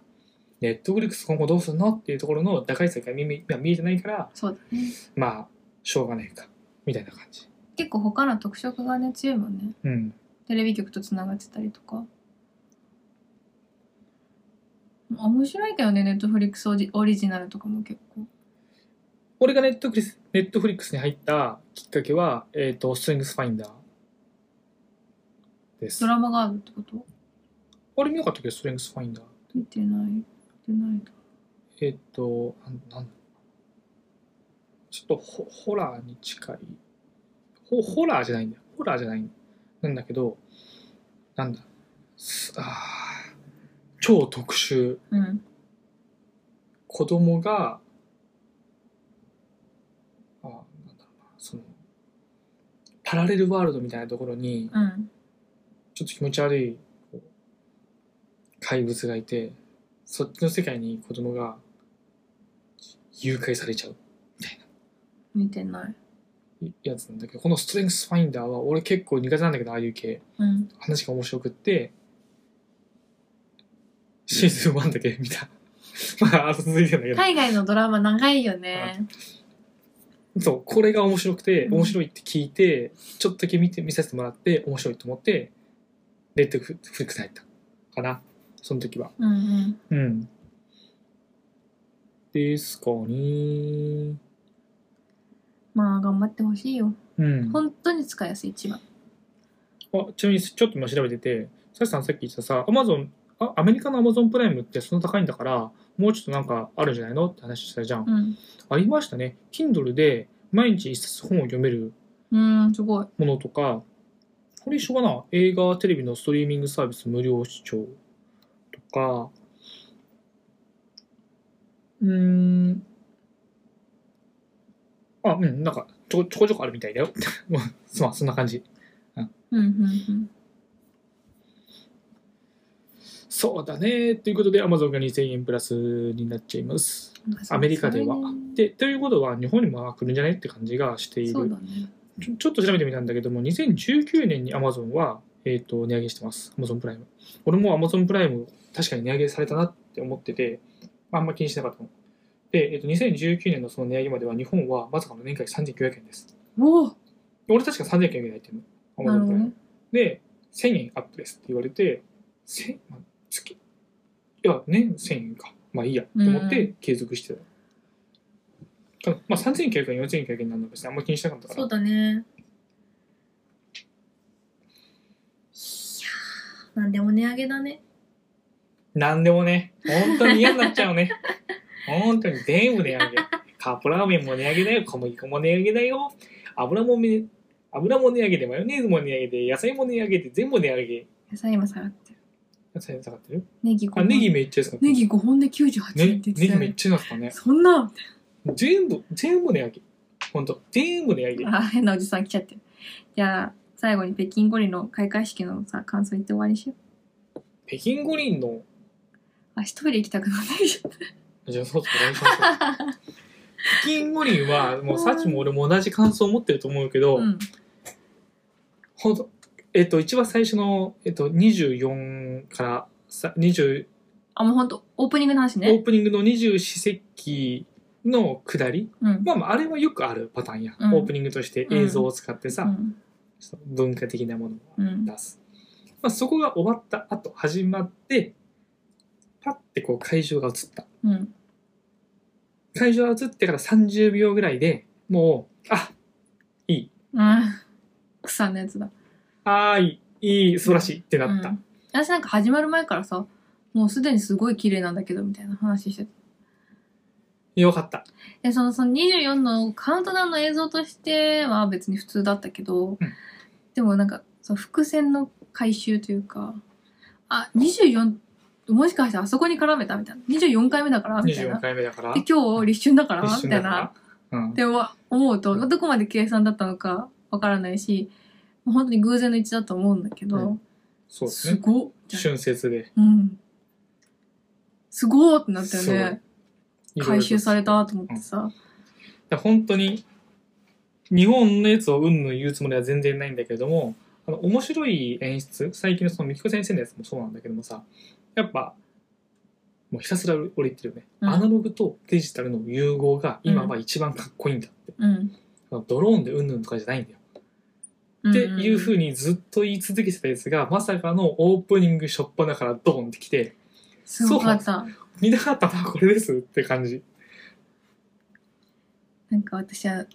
[SPEAKER 1] ネットフリックス今後どうするのっていうところの打開策が見見見えてないから、
[SPEAKER 2] そうだね
[SPEAKER 1] まあ、しょうがないか、みたいな感じ。
[SPEAKER 2] 結構他の特色がね強いもんね
[SPEAKER 1] うん。
[SPEAKER 2] テレビ局とつながってたりとか面白いけどねネットフリックスオリオリジナルとかも結構
[SPEAKER 1] 俺がネットフリスネットフリックスに入ったきっかけは、えっ、と、ストリングスファインダーです
[SPEAKER 2] ド。ラマがあるってこと
[SPEAKER 1] 俺見よかったっけど、ストリングスファインダー。
[SPEAKER 2] 見てない見てないと
[SPEAKER 1] えっ、と、なんなんちょっとホホラーに近いホ。ホラーじゃないんだよ。ホラーじゃないんなんだけど、なんだ。すあー超特殊。
[SPEAKER 2] うん
[SPEAKER 1] 子供が、あなんだろうな、その、パラレルワールドみたいなところに、
[SPEAKER 2] うん
[SPEAKER 1] ちょっと気持ち悪いこう怪物がいて、そっちの世界に子供が誘拐されちゃう
[SPEAKER 2] 見てない
[SPEAKER 1] やつなんだけど、このストレングスファインダーは俺結構苦手なんだけど、ああいう系。
[SPEAKER 2] うん
[SPEAKER 1] 話が面白くって、シーズン1だけ見た。まあ、続いてんだけど。
[SPEAKER 2] 海外のドラマ長いよね
[SPEAKER 1] そう、これが面白くて、
[SPEAKER 2] うん
[SPEAKER 1] 面白いって聞いて、ちょっとだけ見て、見させてもらって、面白いと思って、レッドフリックスに入った。かな。その時は。
[SPEAKER 2] うんうん
[SPEAKER 1] うん。ですかね。
[SPEAKER 2] まあ頑張ってほしいよ
[SPEAKER 1] うん。あ、
[SPEAKER 2] 本当に使いやすい一番
[SPEAKER 1] ちなみにちょっと今調べてて、サシさんさっき言ってたさ、アマゾン、あ、アメリカのアマゾンプライムってそんな高いんだから、もうちょっとなんかあるんじゃないのって話したじゃん。
[SPEAKER 2] うん
[SPEAKER 1] ありましたね。Kindle で毎日一冊本を読める
[SPEAKER 2] うんすごい
[SPEAKER 1] ものとか、これ一緒かな映画、テレビのストリーミングサービス無料視聴とか、うーん。あ、うん、なんか、ちょこちょこちょこあるみたいだよ。 まあ、そんな感じ。
[SPEAKER 2] うんうん
[SPEAKER 1] そうだね。ということで、Amazon が2000円プラスになっちゃいます。
[SPEAKER 2] うん
[SPEAKER 1] アメリカでは。で、ということは、日本にも来るんじゃないって感じがしてい
[SPEAKER 2] そう
[SPEAKER 1] る
[SPEAKER 2] だ。ね
[SPEAKER 1] ちょちょっと調べてみたんだけども、2019年に Amazon は、えー、と値上げしてます。Amazon プライム。俺も Amazon プライム、確かに値上げされたなって思ってて、あんま気にしなかったの。で、えー、と2019年のその値上げまでは日本はまさかの年会3900円です。
[SPEAKER 2] おお
[SPEAKER 1] 俺確か3900円入ってるの。
[SPEAKER 2] な
[SPEAKER 1] Amazon
[SPEAKER 2] るほ
[SPEAKER 1] プ
[SPEAKER 2] ど
[SPEAKER 1] ライ
[SPEAKER 2] ね
[SPEAKER 1] ム。で、1000円アップですって言われて、1000、まあ、月、いやね1000円かまあいいやと思って継続してた、まあ3900円4900円なんだ別にあんま気にしなかったから
[SPEAKER 2] そうだねいやーなんでも値上げだね
[SPEAKER 1] なんでもね、本当に嫌になっちゃう ね。本当に全部値上げ。カップラーメンも値上げだよ、小麦粉も値上げだよ、油もめ油も値上げで、マヨネーズも値上げで、野菜も値上げで、全部値上げ。
[SPEAKER 2] 野菜今下がってる
[SPEAKER 1] 野菜下がってる
[SPEAKER 2] ネギ5
[SPEAKER 1] あ、
[SPEAKER 2] 本
[SPEAKER 1] ネギめっちゃ安かった。
[SPEAKER 2] ネギ5本で
[SPEAKER 1] ね
[SPEAKER 2] 98
[SPEAKER 1] ネ
[SPEAKER 2] 円って言ってた
[SPEAKER 1] ギ
[SPEAKER 2] よ
[SPEAKER 1] めっ
[SPEAKER 2] ね
[SPEAKER 1] ちゃ安かったね。
[SPEAKER 2] そんな
[SPEAKER 1] 全部、全部値上げ。本当全部値上げ。
[SPEAKER 2] あ変なおじさん来ちゃってるじゃあ最後に北京五輪の開会式のさ感想言って終わりにしよう
[SPEAKER 1] 北京五輪の、
[SPEAKER 2] あ一人行きたくなってきちゃっ
[SPEAKER 1] じゃあそうそう、来週そう
[SPEAKER 2] た
[SPEAKER 1] 北京五輪は、もうさっきも俺も同じ感想を持ってると思うけど、
[SPEAKER 2] うん
[SPEAKER 1] ほんと、えっと、一番最初の、えっと、24からさ20、
[SPEAKER 2] あもうほんとオープニングの話
[SPEAKER 1] オー
[SPEAKER 2] ね
[SPEAKER 1] プニングの24節気の下り、
[SPEAKER 2] うん
[SPEAKER 1] まあまあ、あれはよくあるパターンや。
[SPEAKER 2] うん
[SPEAKER 1] オープニングとして映像を使ってさ、
[SPEAKER 2] うん
[SPEAKER 1] ちょっと文化的なもの
[SPEAKER 2] う
[SPEAKER 1] を
[SPEAKER 2] ん
[SPEAKER 1] 出す。まあ、そこが終わった後、始まって、パッてこう会場が映った。
[SPEAKER 2] うん
[SPEAKER 1] 会場が映ってから30秒ぐらいでもう、あ、
[SPEAKER 2] うん草のやつだ
[SPEAKER 1] あーいい、いい、素晴らしいってなった。
[SPEAKER 2] うん私なんか始まる前からさもうすでにすごい綺麗なんだけどみたいな話してて
[SPEAKER 1] よかった。
[SPEAKER 2] でそのその24のカウントダウンの映像としては別に普通だったけど、
[SPEAKER 1] うん
[SPEAKER 2] でもなんかその伏線の回収というかあ24もしかしてあそこに絡めたみたいな24回目だからみたい
[SPEAKER 1] 24
[SPEAKER 2] なで
[SPEAKER 1] 回目だから、
[SPEAKER 2] 今日立春だからみ
[SPEAKER 1] 一緒
[SPEAKER 2] たい
[SPEAKER 1] だ
[SPEAKER 2] なっ
[SPEAKER 1] から。うん。
[SPEAKER 2] て思うとどこまで計算だったのかわからないしもう本当に偶然の一致だと思うんだけど、
[SPEAKER 1] うそうです
[SPEAKER 2] す
[SPEAKER 1] ね。
[SPEAKER 2] ごっ
[SPEAKER 1] 春節で。
[SPEAKER 2] うん。すごーってなったよ
[SPEAKER 1] そう
[SPEAKER 2] ね。回収されたと思ってさ。
[SPEAKER 1] だから本当に日本のやつをうんぬん言うつもりは全然ないんだけれどもあの面白い演出最近のそのみきこ先生のやつもそうなんだけどもさやっぱもうひたすら俺言ってるよね、
[SPEAKER 2] うん
[SPEAKER 1] アナログとデジタルの融合が今は一番かっこいいんだって、
[SPEAKER 2] うん。
[SPEAKER 1] あのドローンでうんぬんとかじゃないんだよ、っていうふうにずっと言い続けてたやつがまさかのオープニング初っ端からドーンってきて
[SPEAKER 2] すごかった。
[SPEAKER 1] 見たかったなこれですって感じ
[SPEAKER 2] なんか私は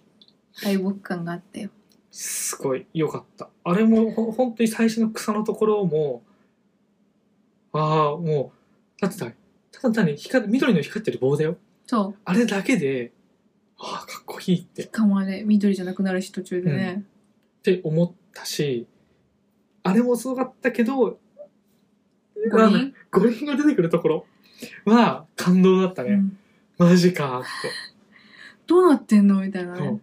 [SPEAKER 2] 敗北感があったよ。
[SPEAKER 1] すごい良かったあれもほ本当に最初の草のところもああもうだってさただ単に光緑の光ってる棒だよ
[SPEAKER 2] そ
[SPEAKER 1] あれだけでああかっこいいってっ
[SPEAKER 2] う。かもあれ、緑じゃなくなるし途中でね。
[SPEAKER 1] て思ったしあれもすごかったけど
[SPEAKER 2] 五
[SPEAKER 1] まあ
[SPEAKER 2] 輪
[SPEAKER 1] 五輪が出てくるところは感動だった
[SPEAKER 2] う
[SPEAKER 1] ね、
[SPEAKER 2] ん
[SPEAKER 1] マジかーって
[SPEAKER 2] どうなってんのみたいな
[SPEAKER 1] そ
[SPEAKER 2] ね
[SPEAKER 1] う。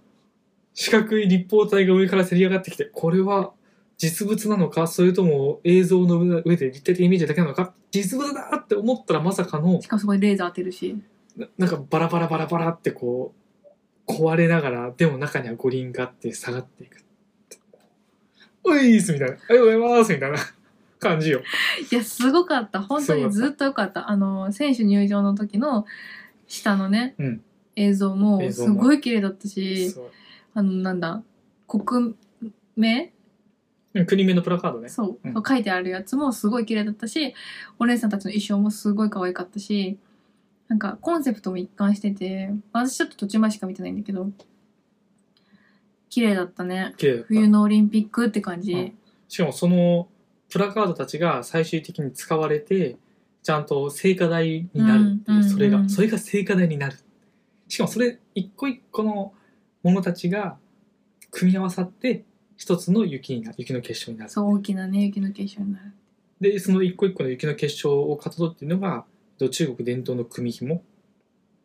[SPEAKER 1] 四角い立方体が上からせり上がってきてこれは実物なのかそれとも映像の上で立体的イメージだけなのか実物だって思ったらまさかの
[SPEAKER 2] しかもそこにレーザー当てるし。
[SPEAKER 1] ななんかバラバラバラバラってこう壊れながらでも中には五輪があって下がっていく「おいーす」みたいな「ありがとうございます」みたいな感じよ。
[SPEAKER 2] いや、すごかった。本当にずっとよかった。あの、選手入場の時の下のね
[SPEAKER 1] うん、
[SPEAKER 2] 映像も
[SPEAKER 1] 映像
[SPEAKER 2] す
[SPEAKER 1] も
[SPEAKER 2] ごい綺麗だったし、
[SPEAKER 1] そう
[SPEAKER 2] あの、なんだ、国名
[SPEAKER 1] うん国名のプラカードね。
[SPEAKER 2] そう、
[SPEAKER 1] うん
[SPEAKER 2] 書いてあるやつもすごい綺麗だったしお姉さんたちの衣装もすごい可愛かったしなんかコンセプトも一貫してて私ちょっと途中までしか見てないんだけど綺麗だったね
[SPEAKER 1] 綺麗だった
[SPEAKER 2] 冬のオリンピックって感じ、
[SPEAKER 1] うんしかもそのプラカードたちが最終的に使われてちゃんと聖火台になるっていう、
[SPEAKER 2] うんうんうん
[SPEAKER 1] それがそれが聖火台になるしかもそれ一個一個のものたちが組み合わさって一つの雪になる雪の結晶になる
[SPEAKER 2] そう大きなね雪の結晶になる
[SPEAKER 1] でその一個一個の雪の結晶をかたどっているのが中国伝統の組紐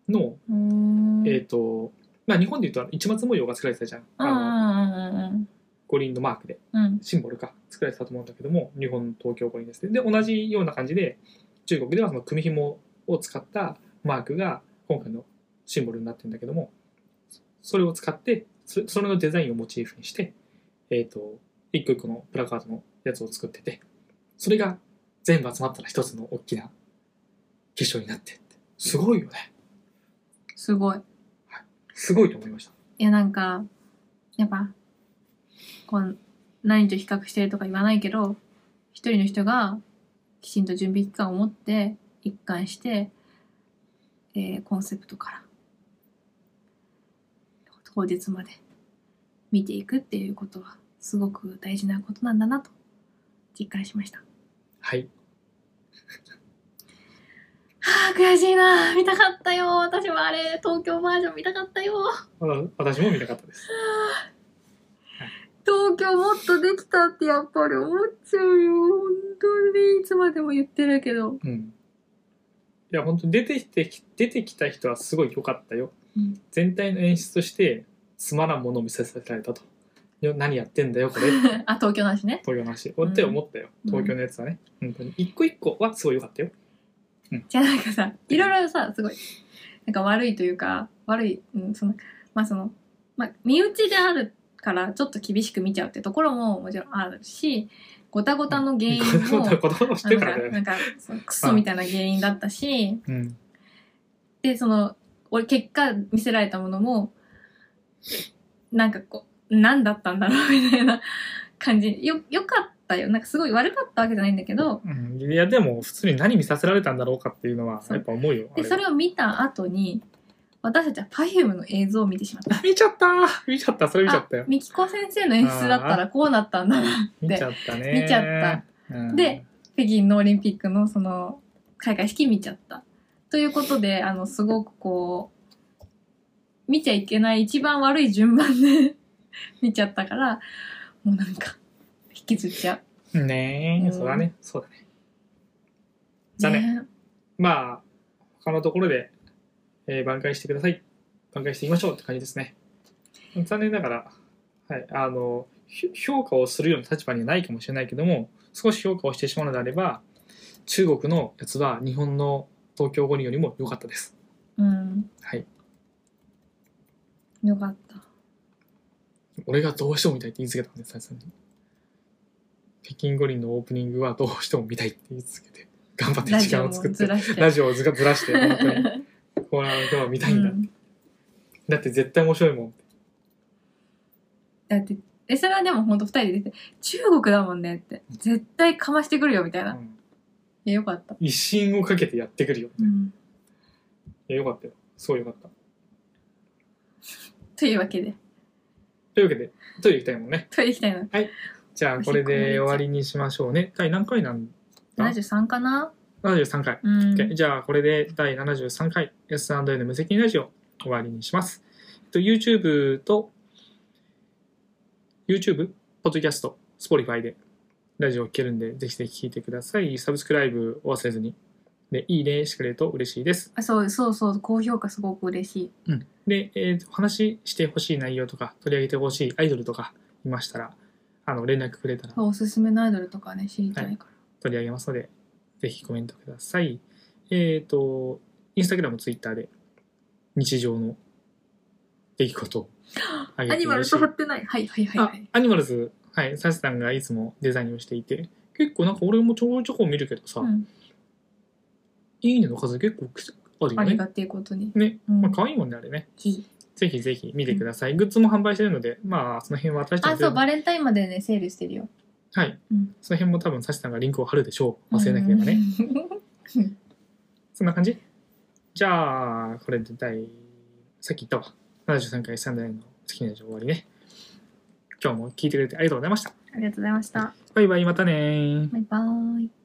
[SPEAKER 1] の、
[SPEAKER 2] うーん
[SPEAKER 1] えっ、とまあ日本でいうとあの市松模様が作られてたじゃん、
[SPEAKER 2] うんう
[SPEAKER 1] あの
[SPEAKER 2] んうん
[SPEAKER 1] 五輪のマークで
[SPEAKER 2] うんうん
[SPEAKER 1] シンボルか作られてたと思うんだけども日本の東京五輪ですねで同じような感じで中国ではその組紐を使ったマークが今回のシンボルになってるんだけどもそれを使ってそそれのデザインをモチーフにしてえっ、と一個一個のプラカードのやつを作っててそれが全部集まったら一つの大きな結晶になってってすごいよね
[SPEAKER 2] すごい
[SPEAKER 1] すごいと思いました
[SPEAKER 2] いやなんかやっぱこう何と比較してるとか言わないけど一人の人がきちんと準備期間を持って一貫して、えーコンセプトから当日まで見ていくっていうことはすごく大事なことなんだなと実感しました。
[SPEAKER 1] はい。
[SPEAKER 2] はあ悔しいな見たかったよ私はあれ東京バージョン見たかったよ
[SPEAKER 1] わた私も見たかったです。
[SPEAKER 2] 東京もっとできたってやっぱり思っちゃうよ本当にいつまでも言ってるけど
[SPEAKER 1] うん。いや、本当に出てきて、出てきた人はすごい良かったよ。
[SPEAKER 2] うん
[SPEAKER 1] 全体の演出として、つまらんものを見せさせられたと。よ何やってんだよ、こ れ。
[SPEAKER 2] あ東京の話ね
[SPEAKER 1] 東京の話。おって思ったよ。
[SPEAKER 2] うん
[SPEAKER 1] 東京のやつはね。本当に。一個一個はすごい良かったよ。
[SPEAKER 2] じゃあなんかさいろいろさすごいなんか悪いというか悪い、うん、そのまあその、まあ、身内であるからちょっと厳しく見ちゃうってところももちろんあるしごたごたの原因
[SPEAKER 1] 子
[SPEAKER 2] も
[SPEAKER 1] 供子供を知ってからだ
[SPEAKER 2] な
[SPEAKER 1] よ
[SPEAKER 2] んかな
[SPEAKER 1] ね。
[SPEAKER 2] んかそのクソみたいな原因だったし
[SPEAKER 1] うん。
[SPEAKER 2] でその俺結果見せられたものもなんかこう何だったんだろうみたいな感じよよかったよなんかすごい悪かったわけじゃないんだけど
[SPEAKER 1] うんいや、でも、普通に何見させられたんだろうかっていうのは、
[SPEAKER 2] そう
[SPEAKER 1] やっぱ思うよ。あ
[SPEAKER 2] で
[SPEAKER 1] は
[SPEAKER 2] それを見た後に私たちは Perfume の映像を見てしまった。
[SPEAKER 1] 見ちゃった見ちゃったそ れ見ちゃったよ
[SPEAKER 2] あ。みきこ先生の演出だったらこうなったんだなっ
[SPEAKER 1] 見ち
[SPEAKER 2] て
[SPEAKER 1] ゃったね。
[SPEAKER 2] 見ちゃっ
[SPEAKER 1] うん
[SPEAKER 2] で、北京のオリンピックのその開会式見ちゃった。ということであのすごくこう見ちゃいけない一番悪い順番で 見ちゃったからもうなんか引きずっちゃう。
[SPEAKER 1] ねえ、
[SPEAKER 2] うん
[SPEAKER 1] そうだね。そうだね。だね
[SPEAKER 2] ね
[SPEAKER 1] まあ、他のところで、えー挽回してください。挽回していきましょうって感じですね。残念ながら、はい、あの、ひ評価をするような立場にはないかもしれないけども、少し評価をしてしまうのであれば、中国のやつは日本の東京五輪よりも良かったです。
[SPEAKER 2] うん。
[SPEAKER 1] はい。
[SPEAKER 2] よかった。
[SPEAKER 1] 俺がどうしても見たいって言い続けたんです、最初に。北京五輪のオープニングはどうしても見たいって言い続けて、頑張って
[SPEAKER 2] ラ
[SPEAKER 1] 時
[SPEAKER 2] ジ
[SPEAKER 1] 間
[SPEAKER 2] オ
[SPEAKER 1] を
[SPEAKER 2] も
[SPEAKER 1] 作っ
[SPEAKER 2] ず
[SPEAKER 1] て、
[SPEAKER 2] らして。
[SPEAKER 1] ラジオをずらして、本当に、これは今日は見たいんだ。
[SPEAKER 2] うん
[SPEAKER 1] だって絶対面白いもん。
[SPEAKER 2] だってえそれはでも本当二人で出て中国だもんねって絶対かましてくるよみたい
[SPEAKER 1] う
[SPEAKER 2] な、い
[SPEAKER 1] ん
[SPEAKER 2] やよかった、
[SPEAKER 1] 威信をかけてやってくるよ。いや、よかったよ。すごいよかった。
[SPEAKER 2] というわけで
[SPEAKER 1] というわけで、トイレ行きたいもんね。
[SPEAKER 2] トイレ行きたいの
[SPEAKER 1] じゃあ、これで終わりにしましょうね。第何回なんあ
[SPEAKER 2] 73かな
[SPEAKER 1] ?73 回。
[SPEAKER 2] うん、
[SPEAKER 1] OK じゃあ、これで第73回 S&A の無責任ラジオ終わりにします。えっと YouTube と、YouTube、ポッドキャスト、Spotify でラジオを聴けるんで、ぜひぜひ聞いてください。サブスクライブを忘れずに。で、いいねしてくれると嬉しいです。
[SPEAKER 2] あそうそうそう高評価すごく嬉しい
[SPEAKER 1] うん、で、えーお話ししてほしい内容とか取り上げてほしいアイドルとかいましたらあの連絡くれたら
[SPEAKER 2] そうおすすめのアイドルとかね知りたいから、
[SPEAKER 1] 取り上げますのでぜひコメントくださいえっ、とインスタグラムツイッターで日常の出来事をあ
[SPEAKER 2] アニマルと貼ってないはいはいはい
[SPEAKER 1] あ
[SPEAKER 2] はい
[SPEAKER 1] アニマルズはいサスさんがいつもデザインをしていて結構なんか俺もちょこちょこ見るけどさ、
[SPEAKER 2] うん、
[SPEAKER 1] いいねの数結構あるよ
[SPEAKER 2] あり
[SPEAKER 1] ね
[SPEAKER 2] がてえことに、
[SPEAKER 1] ね、
[SPEAKER 2] うん
[SPEAKER 1] まあ可愛いもんねあれね
[SPEAKER 2] いい
[SPEAKER 1] ぜひぜひ見てください、グッズも販売してるのでまあその辺は私たち
[SPEAKER 2] あ
[SPEAKER 1] の
[SPEAKER 2] そうバレンタインまでねセールしてるよ
[SPEAKER 1] はい、
[SPEAKER 2] うん
[SPEAKER 1] その辺も多分サシさんがリンクを貼るでしょう忘れなければね、
[SPEAKER 2] うん
[SPEAKER 1] そんな感じじゃあこれで第さっき言ったわ73回3代の好きな情報終わりね今日も聞いてくれてありがとうございました
[SPEAKER 2] ありがとうございました
[SPEAKER 1] バイバイまたねー
[SPEAKER 2] バイバーイ